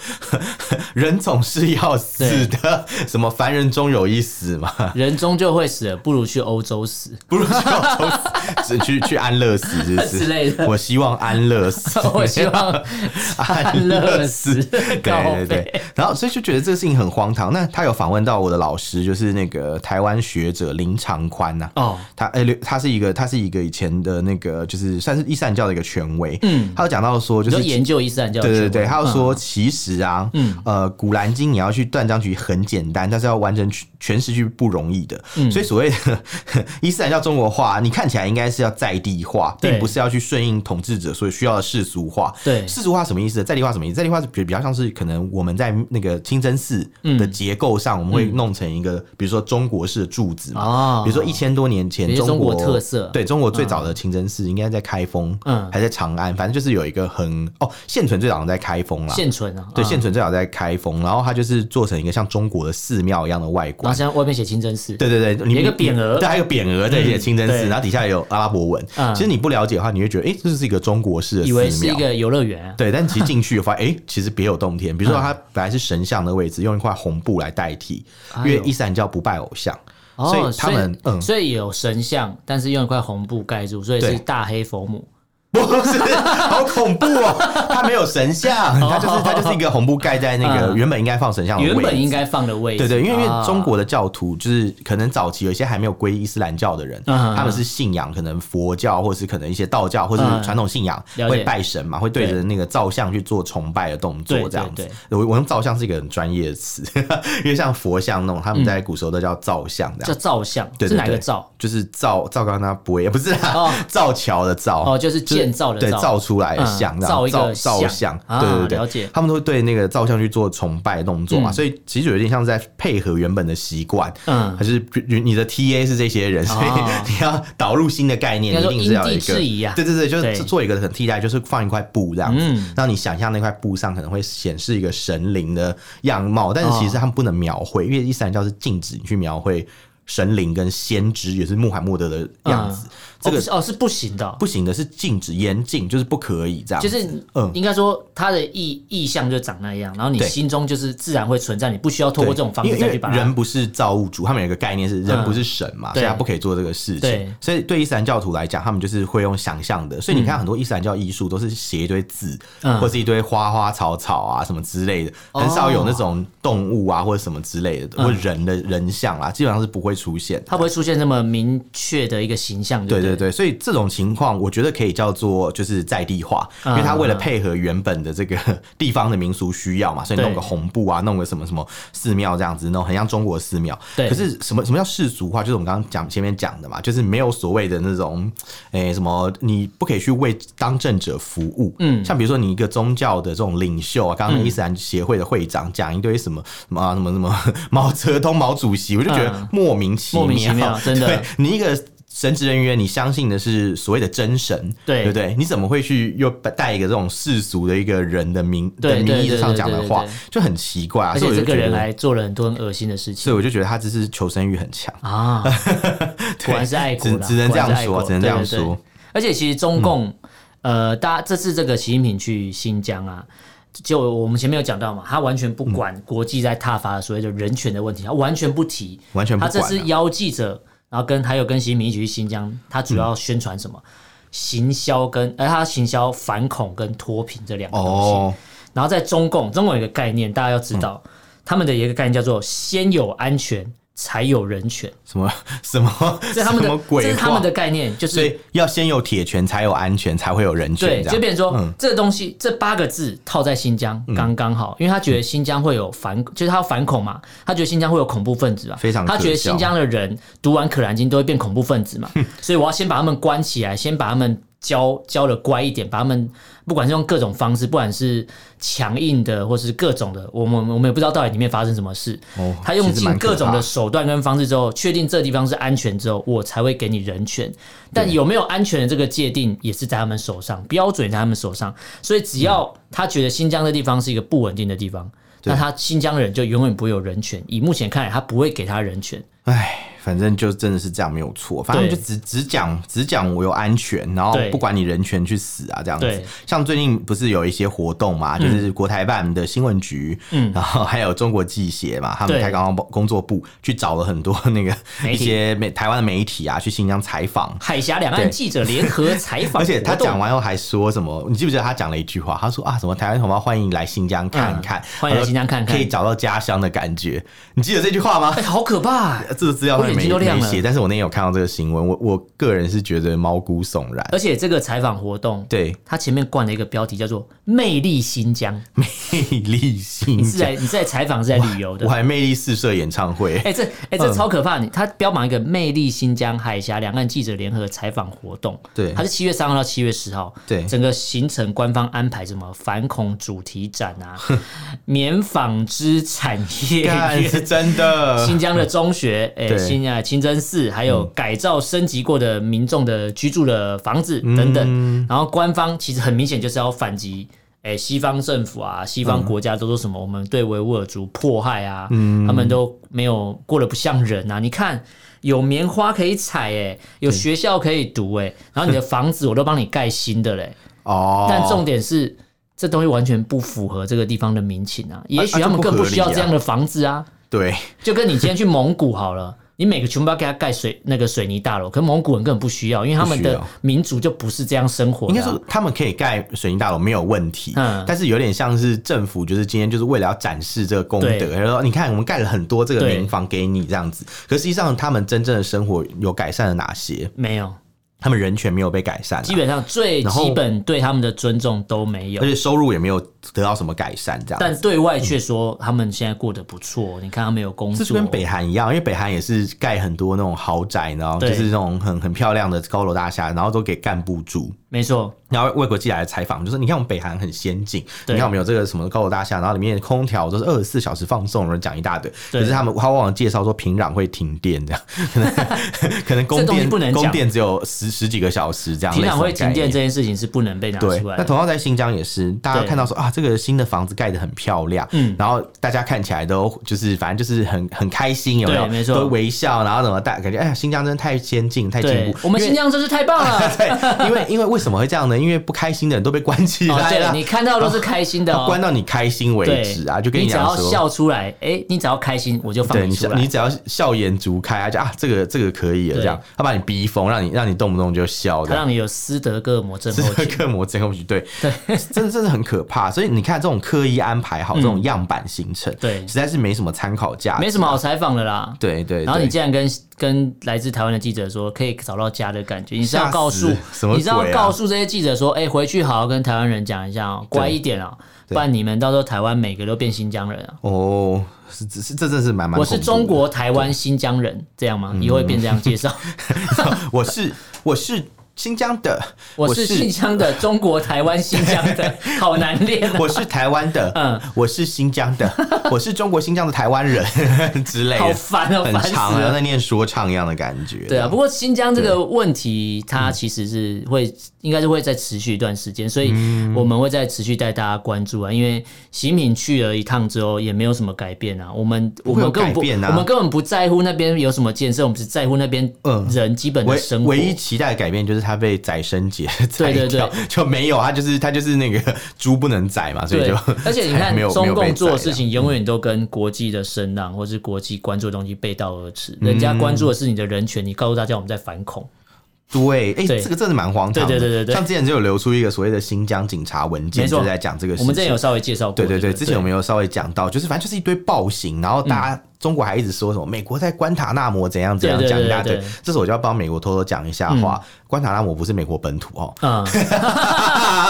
Speaker 2: 人总是要死的，什么凡人终有一死嘛，
Speaker 1: 人终究会死的，不如去欧洲 死。
Speaker 2: 不如去澳洲死，只 去去安乐死，是不是
Speaker 1: 之类的
Speaker 2: 我希望安乐死
Speaker 1: ，我希望安乐死
Speaker 2: 对对对，然后所以就觉得这个事情很荒唐。那他有访问到我的老师，就是那个台湾学者林长宽呐、
Speaker 1: 哦，
Speaker 2: 他哎、刘他是一个，他是一个以前的那个，就是算是伊斯兰教的一个权威。
Speaker 1: 嗯
Speaker 2: 他有讲到说，就
Speaker 1: 你说
Speaker 2: 是
Speaker 1: 研究伊斯兰教的
Speaker 2: 对
Speaker 1: 学
Speaker 2: 对
Speaker 1: 问？
Speaker 2: 对，他
Speaker 1: 嗯
Speaker 2: 要说其实啊，
Speaker 1: 嗯
Speaker 2: 呃，《古兰经》你要去断章取义很简单，但是要完成全全时序不容易的。
Speaker 1: 嗯
Speaker 2: 所以所谓的伊斯兰教中国化，你看起来应该是要在地化，
Speaker 1: 对
Speaker 2: 并不是要去顺应统治者所以需要的世俗化。
Speaker 1: 对
Speaker 2: 世俗化什么意思？在地化什么意思？在地化是比比较像是可能我们在那个清真寺
Speaker 1: 嗯
Speaker 2: 的结构上，我们会弄成一个，比如说中国式的柱子嘛，
Speaker 1: 哦
Speaker 2: 比如说一千多年前
Speaker 1: 比如
Speaker 2: 中
Speaker 1: 中
Speaker 2: 国
Speaker 1: 国特色
Speaker 2: 对中国最早的清真寺应该在开封，
Speaker 1: 嗯
Speaker 2: 还在长安，反正就是有一个很哦，现存最早在开封啦。
Speaker 1: 现存啊，
Speaker 2: 对，
Speaker 1: 嗯
Speaker 2: 现存最早在开封，然后它就是做成一个像中国的寺庙一样的外
Speaker 1: 然
Speaker 2: 观
Speaker 1: 后，现在外面写清真寺，
Speaker 2: 对对对，你
Speaker 1: 有一个匾额嗯
Speaker 2: 对，还有个匾额，对，也清真寺，
Speaker 1: 对
Speaker 2: 然后底下有阿拉伯文。
Speaker 1: 嗯
Speaker 2: 其实你不了解的话，你会觉得，哎，这是一个中国式的寺
Speaker 1: 以
Speaker 2: 庙，
Speaker 1: 为是一个游乐园啊。
Speaker 2: 对，但其实进去发现，哎、其实别有洞天。比
Speaker 1: 嗯
Speaker 2: 如说，它本来是神像的位置，用一块红布来代替，因
Speaker 1: 哎
Speaker 2: 为
Speaker 1: 呦
Speaker 2: 伊斯兰教不拜偶像，
Speaker 1: 哦，
Speaker 2: 所以他们
Speaker 1: 所以
Speaker 2: 嗯，
Speaker 1: 所以有神像，但是用一块红布盖住，所以
Speaker 2: 对
Speaker 1: 是大黑佛母。
Speaker 2: 不是，好恐怖哦！它没有神 像，它就是它就是一个红布盖在那个
Speaker 1: 嗯
Speaker 2: 原本应该放神像的啊位
Speaker 1: 原
Speaker 2: 置。
Speaker 1: 本应该放的位置，
Speaker 2: 对对，因为因
Speaker 1: 啊
Speaker 2: 为中国的教徒就是可能早期有一些还没有归伊斯兰教的人，
Speaker 1: 嗯
Speaker 2: 他们是信仰可能佛教，或是可能一些道教，或是
Speaker 1: 嗯
Speaker 2: 传统信仰
Speaker 1: 了解
Speaker 2: 会拜神嘛，会对着
Speaker 1: 对
Speaker 2: 那个造像去做崇拜的动作
Speaker 1: 对
Speaker 2: 这样子
Speaker 1: 对。
Speaker 2: 我我用造像是一个很专业的词， 因为像佛像那种，他们在古时候都叫造像这
Speaker 1: 叫
Speaker 2: 样。
Speaker 1: 造像，
Speaker 2: 对对
Speaker 1: 是哪个
Speaker 2: 对
Speaker 1: 造？
Speaker 2: 就是造造刚刚不会，不是
Speaker 1: 哦
Speaker 2: 啦，造桥的造
Speaker 1: 哦就是建造的
Speaker 2: 对，
Speaker 1: 造
Speaker 2: 造出来的
Speaker 1: 嗯
Speaker 2: 像，这样
Speaker 1: 造一个
Speaker 2: 造造像
Speaker 1: 像，啊
Speaker 2: 对对对，
Speaker 1: 了解
Speaker 2: 他们都会对那个造像去做崇拜动作嘛，
Speaker 1: 嗯
Speaker 2: 所以其实有点像是在配合原本的习惯，
Speaker 1: 嗯
Speaker 2: 还，是你的 TA 是这些人，所以
Speaker 1: 哦
Speaker 2: 你要导入新的概念，
Speaker 1: 应该
Speaker 2: 一
Speaker 1: 说
Speaker 2: 定是要有一
Speaker 1: 因地
Speaker 2: 个
Speaker 1: 制宜啊
Speaker 2: 对对对，就
Speaker 1: 对
Speaker 2: 是做一个很替代，就是放一块布这样子
Speaker 1: 嗯，
Speaker 2: 让你想象那块布上可能会显示一个神灵的样貌，但是其实
Speaker 1: 哦
Speaker 2: 他们不能描绘，因为伊斯兰教是禁止你去描绘神灵跟先知，也是穆罕默德的样子
Speaker 1: 嗯，
Speaker 2: 这个
Speaker 1: 哦不是哦是不行的哦，
Speaker 2: 不行的，是禁止严禁，就是不可以这样
Speaker 1: 就
Speaker 2: 子，
Speaker 1: 是
Speaker 2: 嗯
Speaker 1: 应该说它的意意象就长那样，然后你
Speaker 2: 对
Speaker 1: 心中就是自然会存在，你不需要透
Speaker 2: 对
Speaker 1: 过这种方式
Speaker 2: 因为
Speaker 1: 再去把
Speaker 2: 因为人
Speaker 1: 它。嗯
Speaker 2: 不是造物主，他们有一个概念是人不是神嘛，所
Speaker 1: 对
Speaker 2: 以
Speaker 1: 啊
Speaker 2: 他不可以做这个事
Speaker 1: 对
Speaker 2: 情。所以对伊斯兰教徒来讲，他们就是会用想象的。所以你看很多伊斯兰教艺术都是写一堆字，
Speaker 1: 嗯哦
Speaker 2: 或是一堆花花草草啊什么之类的，很少有那种动物啊或者什么之类
Speaker 1: 嗯
Speaker 2: 的，或人的人像啊，基本上是不会出现。
Speaker 1: 它不会出现那么明确的一个形象，
Speaker 2: 对
Speaker 1: 对
Speaker 2: 对
Speaker 1: 不
Speaker 2: 对，所以这种情况，我觉得可以叫做就是在地化，
Speaker 1: 嗯
Speaker 2: 因为他为了配合原本的这个 地方的民俗需要嘛，所以
Speaker 1: 对
Speaker 2: 弄个红布啊，弄个什么什么寺庙这样子，弄很像中国寺庙。
Speaker 1: 对
Speaker 2: 可是什么什么叫世俗化？就是我们刚刚讲前面讲的嘛，就是没有所谓的那种，诶、什么你不可以去为当政者服务。嗯，像比如说你一个宗教的这种领袖啊，刚刚那伊斯兰协会的会长讲一堆什么什么啊什么什么 毛泽东、毛主席，我就觉
Speaker 1: 嗯
Speaker 2: 得莫名其妙，
Speaker 1: 莫名其妙真的
Speaker 2: 对你一个神职人员，你相信的是所谓的真神，
Speaker 1: 对
Speaker 2: 不对？你怎么会去又带一个这种世俗的一个人的名
Speaker 1: 对
Speaker 2: 的名
Speaker 1: 对
Speaker 2: 义
Speaker 1: 对
Speaker 2: 上
Speaker 1: 对
Speaker 2: 讲的
Speaker 1: 对
Speaker 2: 话
Speaker 1: 对，
Speaker 2: 就很奇怪、啊。
Speaker 1: 而
Speaker 2: 所以
Speaker 1: 且
Speaker 2: 我
Speaker 1: 这
Speaker 2: 就
Speaker 1: 个
Speaker 2: 觉
Speaker 1: 人
Speaker 2: 得，
Speaker 1: 还做了很多很恶心的事情
Speaker 2: 所以我就觉得他只是求生欲很强。
Speaker 1: 啊！果然是爱国
Speaker 2: 只
Speaker 1: 啦
Speaker 2: 只能这样说，
Speaker 1: 果
Speaker 2: 只
Speaker 1: 然是
Speaker 2: 能
Speaker 1: 爱国
Speaker 2: 这样
Speaker 1: 对对
Speaker 2: 说
Speaker 1: 对。而且其实
Speaker 2: 嗯
Speaker 1: 中共，呃，大家这次这个习近平去新疆啊，就我们前面有讲到嘛，他完全不
Speaker 2: 嗯
Speaker 1: 管国际在挞伐的所谓的人权的问题，他完全不提，
Speaker 2: 完全不
Speaker 1: 他
Speaker 2: 管
Speaker 1: 这
Speaker 2: 啊
Speaker 1: 次邀记者，然后跟还有跟习近平一起去新疆，他主要宣传什么？
Speaker 2: 嗯
Speaker 1: 行销跟，而他行销反恐跟脱贫这两个东西。
Speaker 2: 哦，
Speaker 1: 然后在中共，中共有一个概念，大家要知道，
Speaker 2: 嗯
Speaker 1: 他们的一个概念叫做“先有安全，才有人权
Speaker 2: 什么 什么”，
Speaker 1: 这是他们
Speaker 2: 什
Speaker 1: 的
Speaker 2: 么，
Speaker 1: 这
Speaker 2: 鬼
Speaker 1: 是他
Speaker 2: 话
Speaker 1: 们的？概念，就
Speaker 2: 所
Speaker 1: 是
Speaker 2: 以要先有铁拳，才有安全，才会有人
Speaker 1: 对，
Speaker 2: 权。这
Speaker 1: 就
Speaker 2: 样
Speaker 1: 变成说、
Speaker 2: 嗯
Speaker 1: 这东西这八个字套在新疆刚刚好，因为他觉得新疆会有反，就是他要反恐嘛，他觉得新疆会有恐怖分子嘛，
Speaker 2: 非常可
Speaker 1: 他觉得
Speaker 2: 笑
Speaker 1: 新疆的人读完《可兰经》都会变恐怖分子嘛，所以我要先把他们关起来，先把他们。教教的乖一点，把他们不管是用各种方式，不管是强硬的，或是各种的，我们我们也不知道到底里面发生什么事。
Speaker 2: 哦
Speaker 1: 他用
Speaker 2: 其实
Speaker 1: 尽
Speaker 2: 蛮可
Speaker 1: 各种
Speaker 2: 怕
Speaker 1: 的手段跟方式之后，确定这地方是安全之后，我才会给你人权。但有没有安全的这个界定，也是在他们手上，标准也在他们手上。所以只要他觉得新疆这地方是一个不稳定的地方，
Speaker 2: 对
Speaker 1: 那他新疆人就永远不会有人权。以目前看来，他不会给他人权。
Speaker 2: 唉，反正就真的是这样，没有错。反正
Speaker 1: 对
Speaker 2: 就只只讲只讲我有安全，然后
Speaker 1: 对
Speaker 2: 不管你人权去死啊，这样子
Speaker 1: 对。
Speaker 2: 像最近不是有一些活动嘛，就是国台办的新闻局，
Speaker 1: 嗯
Speaker 2: 然后还有中国记协嘛，他们
Speaker 1: 对
Speaker 2: 台港工作部去找了很多 那个
Speaker 1: 媒
Speaker 2: 一
Speaker 1: 体
Speaker 2: 些媒台湾的媒体啊，去新疆采访。
Speaker 1: 海峡两
Speaker 2: 对
Speaker 1: 岸记者联合采访活动，
Speaker 2: 而且他讲完后还说什么？你记不记得他讲了一句话？他说啊，什么台湾同胞欢迎来新疆看看，
Speaker 1: 嗯欢迎来
Speaker 2: 他说
Speaker 1: 新疆看看
Speaker 2: 可以找到家乡的感觉。你记得这句话吗
Speaker 1: 哎、？好可怕、啊！
Speaker 2: 这个资料上面
Speaker 1: 我眼
Speaker 2: 没
Speaker 1: 睛都亮
Speaker 2: 没
Speaker 1: 了
Speaker 2: 写，但是我那天有看到这个新闻，我我个人是觉得毛骨悚然。
Speaker 1: 而且这个采访活动，
Speaker 2: 对，
Speaker 1: 它前面冠了一个标题叫做“魅力新疆
Speaker 2: 魅力”，新
Speaker 1: 你是
Speaker 2: 疆，
Speaker 1: 在你是在采访是在旅游的
Speaker 2: 我。还魅力四射演唱会，
Speaker 1: 哎、这哎、
Speaker 2: 嗯
Speaker 1: 这超可怕！你他标榜一个“魅力新疆海峡两岸记者联合采访活动”，
Speaker 2: 对
Speaker 1: 它是七月三号到七月十号，
Speaker 2: 对
Speaker 1: 整个行程官方安排什么反恐主题展 啊，棉纺织产业
Speaker 2: 干
Speaker 1: 园
Speaker 2: 是真 的
Speaker 1: 新。疆的中 学，诶、
Speaker 2: 对嗯
Speaker 1: 新啊清真寺，还有改造升级过的民众的居住的房子
Speaker 2: 嗯
Speaker 1: 等等。然后官方其实很明显就是要反击。诶西方政府啊，西方国家都说什么？我们对维吾尔族迫害啊，
Speaker 2: 嗯
Speaker 1: 他们都没有过得不像人啊！你看，有棉花可以采、诶，有学校可以读、诶，然后你的房子我都帮你盖新的嘞、
Speaker 2: 哦，
Speaker 1: 但重点是，这东西完全不符合这个地方的民情啊！也
Speaker 2: 啊
Speaker 1: 许他们
Speaker 2: 这不
Speaker 1: 更不
Speaker 2: 合理
Speaker 1: 需要这
Speaker 2: 啊
Speaker 1: 样的房子啊
Speaker 2: 对
Speaker 1: 就跟你今天去蒙古好了，你每个全部都要给他盖水那个水泥大楼，可蒙古人根本不需要，因为他们
Speaker 2: 不需
Speaker 1: 的
Speaker 2: 要
Speaker 1: 民族就不是这样生活
Speaker 2: 应
Speaker 1: 的
Speaker 2: 该
Speaker 1: 啊、
Speaker 2: 说他们可以盖水泥大楼没有问题，
Speaker 1: 嗯
Speaker 2: 但是有点像是政府，就是今天就是为了要展示这个功德，
Speaker 1: 对
Speaker 2: 然后你看我们盖了很多这个
Speaker 1: 对
Speaker 2: 民房给你这样子，可实际上他们真正的生活有改善了哪些？
Speaker 1: 没有，
Speaker 2: 他们人权没有被改善啊、
Speaker 1: 基本上最
Speaker 2: 然后
Speaker 1: 基本对他们的尊重都没有
Speaker 2: 而。且收入也没有得到什么改善，这样子。
Speaker 1: 但对外却说他们现在过得不错，你看他们有工
Speaker 2: 这
Speaker 1: 作，
Speaker 2: 就跟北韩一样，因为北韩也是盖很多那种豪宅，然后就
Speaker 1: 对
Speaker 2: 是那种很很漂亮的高楼大厦，然后都给干部住。
Speaker 1: 没错，
Speaker 2: 然后外国记者来采访，就说：“你看我们北韩很先进，你
Speaker 1: 对
Speaker 2: 看我们有这个什么高楼大厦，然后里面空调都是二十四小时放送，有人讲一大堆。可
Speaker 1: 对
Speaker 2: 是他们他忘了介绍说平壤会停电，这样可能 可能供
Speaker 1: 这东西
Speaker 2: 电
Speaker 1: 不能讲
Speaker 2: 供电只有十十几个小时这样。
Speaker 1: 平
Speaker 2: 类似
Speaker 1: 常
Speaker 2: 这种
Speaker 1: 会停
Speaker 2: 概
Speaker 1: 电
Speaker 2: 念
Speaker 1: 这件事情是不能被拿
Speaker 2: 啊对
Speaker 1: 出，来
Speaker 2: 那
Speaker 1: 的。
Speaker 2: 同样在新疆也是，大家
Speaker 1: 对
Speaker 2: 看到说啊，这个新的房子盖得很漂亮，嗯
Speaker 1: 嗯，
Speaker 2: 然后大家看起来都就是反正就是很很开心，有没有？
Speaker 1: 对没错
Speaker 2: 都微笑，然后怎么大感觉哎呀，新疆真的太先进，太进
Speaker 1: 对
Speaker 2: 步。，
Speaker 1: 我们新疆真是太棒了。
Speaker 2: 因为对，因为因为为什么会这样呢？因为不开心的人都被关 起
Speaker 1: 哦，
Speaker 2: 来
Speaker 1: 对
Speaker 2: 了，
Speaker 1: 你看到都是开心的
Speaker 2: 要
Speaker 1: 哦，
Speaker 2: 关到你开心为
Speaker 1: 对
Speaker 2: 止啊！就跟
Speaker 1: 你只
Speaker 2: 讲
Speaker 1: 要
Speaker 2: 说。
Speaker 1: 笑出来，哎，你只要开心，我就放
Speaker 2: 对
Speaker 1: 你
Speaker 2: 你
Speaker 1: 出
Speaker 2: 只，
Speaker 1: 来。
Speaker 2: 你只要笑颜逐开啊，就啊，这个这个可以了，
Speaker 1: 对
Speaker 2: 这样，他把你逼疯，让你让你动不动就笑
Speaker 1: 它
Speaker 2: 的，
Speaker 1: 让你有斯德哥尔摩症
Speaker 2: 这
Speaker 1: 候
Speaker 2: 个
Speaker 1: 群。
Speaker 2: 恶魔真空局，对， 真的真的很可怕。所以你看，这种刻意安排好这种样板行程，
Speaker 1: 嗯对
Speaker 2: 实在是没什么参考价值，
Speaker 1: 没什么好。采访的啦。
Speaker 2: 对啊对，
Speaker 1: 然后你
Speaker 2: 对
Speaker 1: 竟然跟跟来自台湾的记者说可以找到家的感觉，你是要告诉
Speaker 2: 吓死什么
Speaker 1: 你是要
Speaker 2: 鬼啊
Speaker 1: 告诉这些记者说，哎、回去好好跟台湾人讲一下哦，乖一点哦，
Speaker 2: 对
Speaker 1: 不然你们到时候台湾每个都变新疆人啊。
Speaker 2: 哦，是是是，这真是蛮蛮。
Speaker 1: 我是中，国台湾新疆人，这样吗？以后会变这样介绍。
Speaker 2: 嗯我是我是新疆的，
Speaker 1: 我是新疆的，中国台湾新疆的， 好难练啊，
Speaker 2: 我是台湾 的，嗯，我是新疆的，我是中国新疆的台湾人 之类
Speaker 1: 好
Speaker 2: 的，
Speaker 1: 烦哦，
Speaker 2: 很
Speaker 1: 烦死
Speaker 2: 长啊，
Speaker 1: 了。
Speaker 2: 在念说唱一样的感觉。
Speaker 1: 对啊，不过新疆这
Speaker 2: 对嗯
Speaker 1: 个问题，它其实是会，应该是会再持续一段时间，所以
Speaker 2: 嗯
Speaker 1: 我们会再持续带大家关注啊。因为习近平去了一趟之后，也没有什么改变啊。我们我
Speaker 2: 会有
Speaker 1: 们根本不，
Speaker 2: 改变啊
Speaker 1: 我们根本不在乎那边有什么建设，我们只在乎那边
Speaker 2: 嗯
Speaker 1: 人基本的
Speaker 2: 唯
Speaker 1: 生活
Speaker 2: 唯。一期待的改变就是他被宰生节 宰
Speaker 1: 对对
Speaker 2: 掉，就没有他就是他就是那个猪不能宰嘛，所以
Speaker 1: 对
Speaker 2: 就，
Speaker 1: 而且你
Speaker 2: 才
Speaker 1: 看
Speaker 2: 没有，没
Speaker 1: 中
Speaker 2: 有被
Speaker 1: 共做的
Speaker 2: 宰这啊嗯
Speaker 1: 事情
Speaker 2: 样
Speaker 1: 永远都跟国际的声浪或是国际关注的东西背道而驰。
Speaker 2: 嗯
Speaker 1: 人家关注的是你的人权，你告诉大家我们在反恐，
Speaker 2: 对，哎、
Speaker 1: 对
Speaker 2: 这个真的蛮荒唐的。
Speaker 1: 对对对对对
Speaker 2: 像之前就有流出一个所谓的新疆警察文件，
Speaker 1: 没错
Speaker 2: 就在讲这个事情。
Speaker 1: 我们之前有稍微介绍过这
Speaker 2: 对
Speaker 1: 个。
Speaker 2: 对对，之前我们有稍微讲到，就是反正就是一堆暴行，然后大家、中国还一直说什么美国在关塔那摩怎样怎
Speaker 1: 嗯
Speaker 2: 样
Speaker 1: 对对
Speaker 2: 讲
Speaker 1: 对
Speaker 2: 一大
Speaker 1: 对嗯
Speaker 2: 堆
Speaker 1: 对。
Speaker 2: 这时候我就要帮美国偷偷讲一下话，关塔那摩不是美国本土哦。
Speaker 1: 嗯，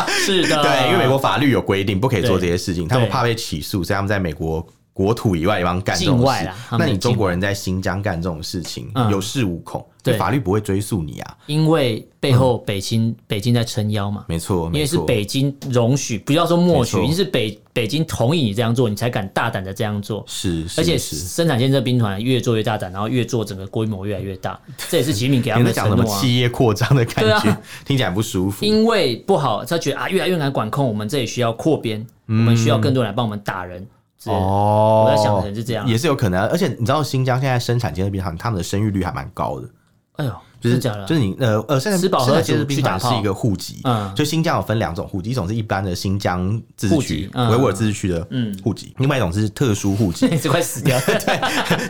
Speaker 1: 是的，
Speaker 2: 对，因为美国法律有规定，不可以做这
Speaker 1: 对
Speaker 2: 些事情，他们
Speaker 1: 对
Speaker 2: 怕被起诉，所以他们在美国国土以外地方干这种
Speaker 1: 境外
Speaker 2: 事
Speaker 1: 啦他，
Speaker 2: 那
Speaker 1: 们
Speaker 2: 你
Speaker 1: 的
Speaker 2: 中
Speaker 1: 境
Speaker 2: 国人在新疆干这种事情，
Speaker 1: 嗯
Speaker 2: 有恃无恐，
Speaker 1: 对
Speaker 2: 法律不会追溯你啊，
Speaker 1: 因为背后北京、北京在撑腰嘛，
Speaker 2: 没错，
Speaker 1: 因为
Speaker 2: 没
Speaker 1: 是
Speaker 2: 错，
Speaker 1: 北京容许，不要说默许，
Speaker 2: 没错
Speaker 1: 一定是北北京同意你这样做，你才敢大胆的这样做。
Speaker 2: 是，是
Speaker 1: 而且
Speaker 2: 是
Speaker 1: 生产线这兵团越做越大胆，然后越做整个规模越来越大，这也是习近平给他
Speaker 2: 你
Speaker 1: 们
Speaker 2: 在
Speaker 1: 的承
Speaker 2: 讲什么
Speaker 1: 诺啊。
Speaker 2: 企业扩张的感
Speaker 1: 对啊
Speaker 2: 觉，听起来很不舒服。
Speaker 1: 因为不好，他觉得啊，越来越难管控，我们这里需要扩编，我们需要更多人来帮我们打人。之类的
Speaker 2: 哦，
Speaker 1: 我在想可能是这样
Speaker 2: 也是有可能啊。而且你知道新疆现在生产阶级兵团，他们的生育率还蛮高的，
Speaker 1: 哎呦，
Speaker 2: 就是
Speaker 1: 真假的？
Speaker 2: 就是你呃呃，生产
Speaker 1: 吃饱
Speaker 2: 生
Speaker 1: 喝
Speaker 2: 产
Speaker 1: 足
Speaker 2: 阶级兵
Speaker 1: 去
Speaker 2: 团
Speaker 1: 打
Speaker 2: 是
Speaker 1: 炮
Speaker 2: 一个户籍，
Speaker 1: 嗯
Speaker 2: 就新疆有分两种户籍，一种是一般的新疆自治
Speaker 1: 户
Speaker 2: 区
Speaker 1: 籍、嗯
Speaker 2: 维吾尔自治区的户籍，另外一种是特殊 户籍，
Speaker 1: 你这快死掉了。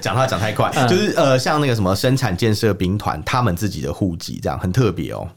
Speaker 2: 讲话讲太快，
Speaker 1: 嗯
Speaker 2: 就是呃，像那个什么生产建设兵团，他们自己的户籍这样很特别哦。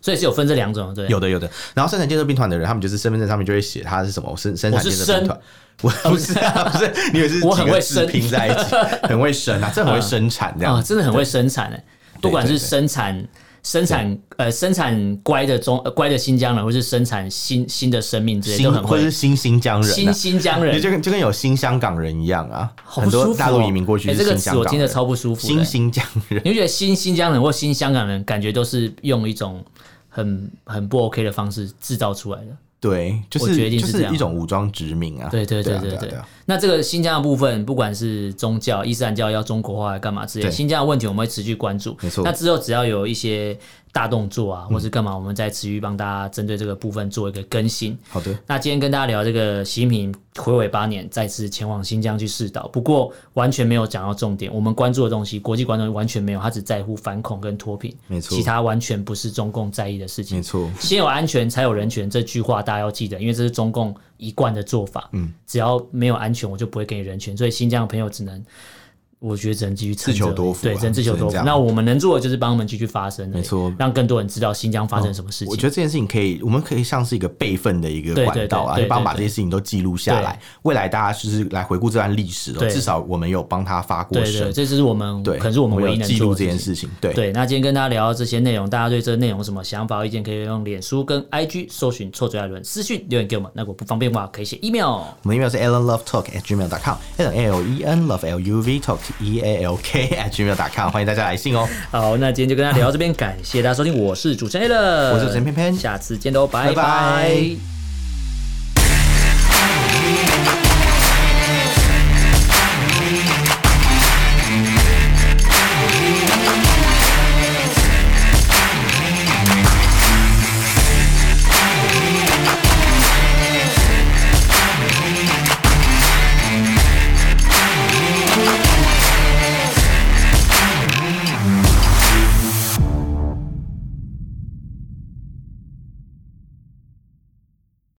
Speaker 1: 所以是有分这两种，对不对，
Speaker 2: 有的有的，然后生产建设兵团的人，他们就是身份证上面就会写他是什么生生产建设兵团。我不是啊，不是，你以为是
Speaker 1: 我很
Speaker 2: 几个
Speaker 1: 会
Speaker 2: 字
Speaker 1: 生
Speaker 2: 拼在一 起，很会生啊，这很会生产这样
Speaker 1: 啊，
Speaker 2: 子。
Speaker 1: 真的很会生产哎、不管
Speaker 2: 对
Speaker 1: 是
Speaker 2: 对
Speaker 1: 生产。生产呃，生产乖的中、呃、乖的新疆人，或是生产新新的生命之类，
Speaker 2: 新
Speaker 1: 都很
Speaker 2: 或
Speaker 1: 会
Speaker 2: 者是新新疆人、啊，
Speaker 1: 新新疆
Speaker 2: 你
Speaker 1: 人，
Speaker 2: 就跟就跟有新香港人一样啊，
Speaker 1: 好不
Speaker 2: 很
Speaker 1: 舒服、
Speaker 2: 多
Speaker 1: 哦。
Speaker 2: 大陆移民过去
Speaker 1: 哎
Speaker 2: 是
Speaker 1: 这个
Speaker 2: 新
Speaker 1: 词
Speaker 2: 香港
Speaker 1: 我
Speaker 2: 人，
Speaker 1: 听着超不舒服的、欸
Speaker 2: 新新疆人。
Speaker 1: 你会觉得新新疆人或新香港人，感觉都是用一种很很不 OK 的方式制造出来的。
Speaker 2: 对，就
Speaker 1: 我觉得
Speaker 2: 是
Speaker 1: 一定
Speaker 2: 就是是
Speaker 1: 这样
Speaker 2: 一种武装殖民啊，
Speaker 1: 对对对
Speaker 2: 啊
Speaker 1: 对
Speaker 2: 啊
Speaker 1: 对
Speaker 2: 啊。
Speaker 1: 那这个新疆的部分，不管是宗教、伊斯兰教要中国化干嘛之类，
Speaker 2: 对
Speaker 1: 新疆的问题我们会持续关注。
Speaker 2: 没错
Speaker 1: 那之后只要有一些大动作啊，或是干嘛，我们再持续帮大家针对这个部分做一个更新。
Speaker 2: 好的，
Speaker 1: 那今天跟大家聊这个习近平回违八年，再次前往新疆去试导，不过完全没有讲到重点。我们关注的东西，国际观众完全没有，他只在乎反恐跟脱贫，
Speaker 2: 没错
Speaker 1: 其他完全不是中共在意的事情
Speaker 2: 没。错，
Speaker 1: 先有安全，才有人权，这句话大家要记得，因为这是中共一贯的做法。嗯，只要没有安全，我就不会给你人权。所以新疆的朋友只能，我觉得只能继续撑着
Speaker 2: 自求多福啊
Speaker 1: 对，只能自求多
Speaker 2: 只能这
Speaker 1: 福。
Speaker 2: 样
Speaker 1: 那我们能做的就是帮他们继续发声而已，
Speaker 2: 没错
Speaker 1: 让更多人知道新疆发生什么事情。
Speaker 2: 我觉得这件事情可以，我们可以像是一个备份的一个
Speaker 1: 对对
Speaker 2: 管道啊，
Speaker 1: 对对
Speaker 2: 就帮把
Speaker 1: 对
Speaker 2: 这些事情都记录下来，未来大家就是来回顾这段历史哦，
Speaker 1: 对
Speaker 2: 至少我们有帮他发过
Speaker 1: 对对，
Speaker 2: 声，
Speaker 1: 这就是我们
Speaker 2: 对，
Speaker 1: 可能是我们唯
Speaker 2: 有
Speaker 1: 一能
Speaker 2: 记录
Speaker 1: 做
Speaker 2: 这
Speaker 1: 的
Speaker 2: 件
Speaker 1: 事情。
Speaker 2: 事情，对，
Speaker 1: 对，那今天跟大家聊到这些内容，大家对这内容有什么想法、意见，可以用脸书跟 IG 搜寻“臭嘴艾伦”私讯留言给我们。那如果不方便的话，可以写 email。
Speaker 2: 我们的 email 是 allenlovetalk@gmail.com，a l l e n love l u v talk e a l k at gmail.com，欢迎大家来信哦，
Speaker 1: 好，那今天就跟大家聊到这边，感谢大家收听，我是主持人 a l
Speaker 2: 我是主持人偏偏
Speaker 1: 下次见喽，拜
Speaker 2: 拜拜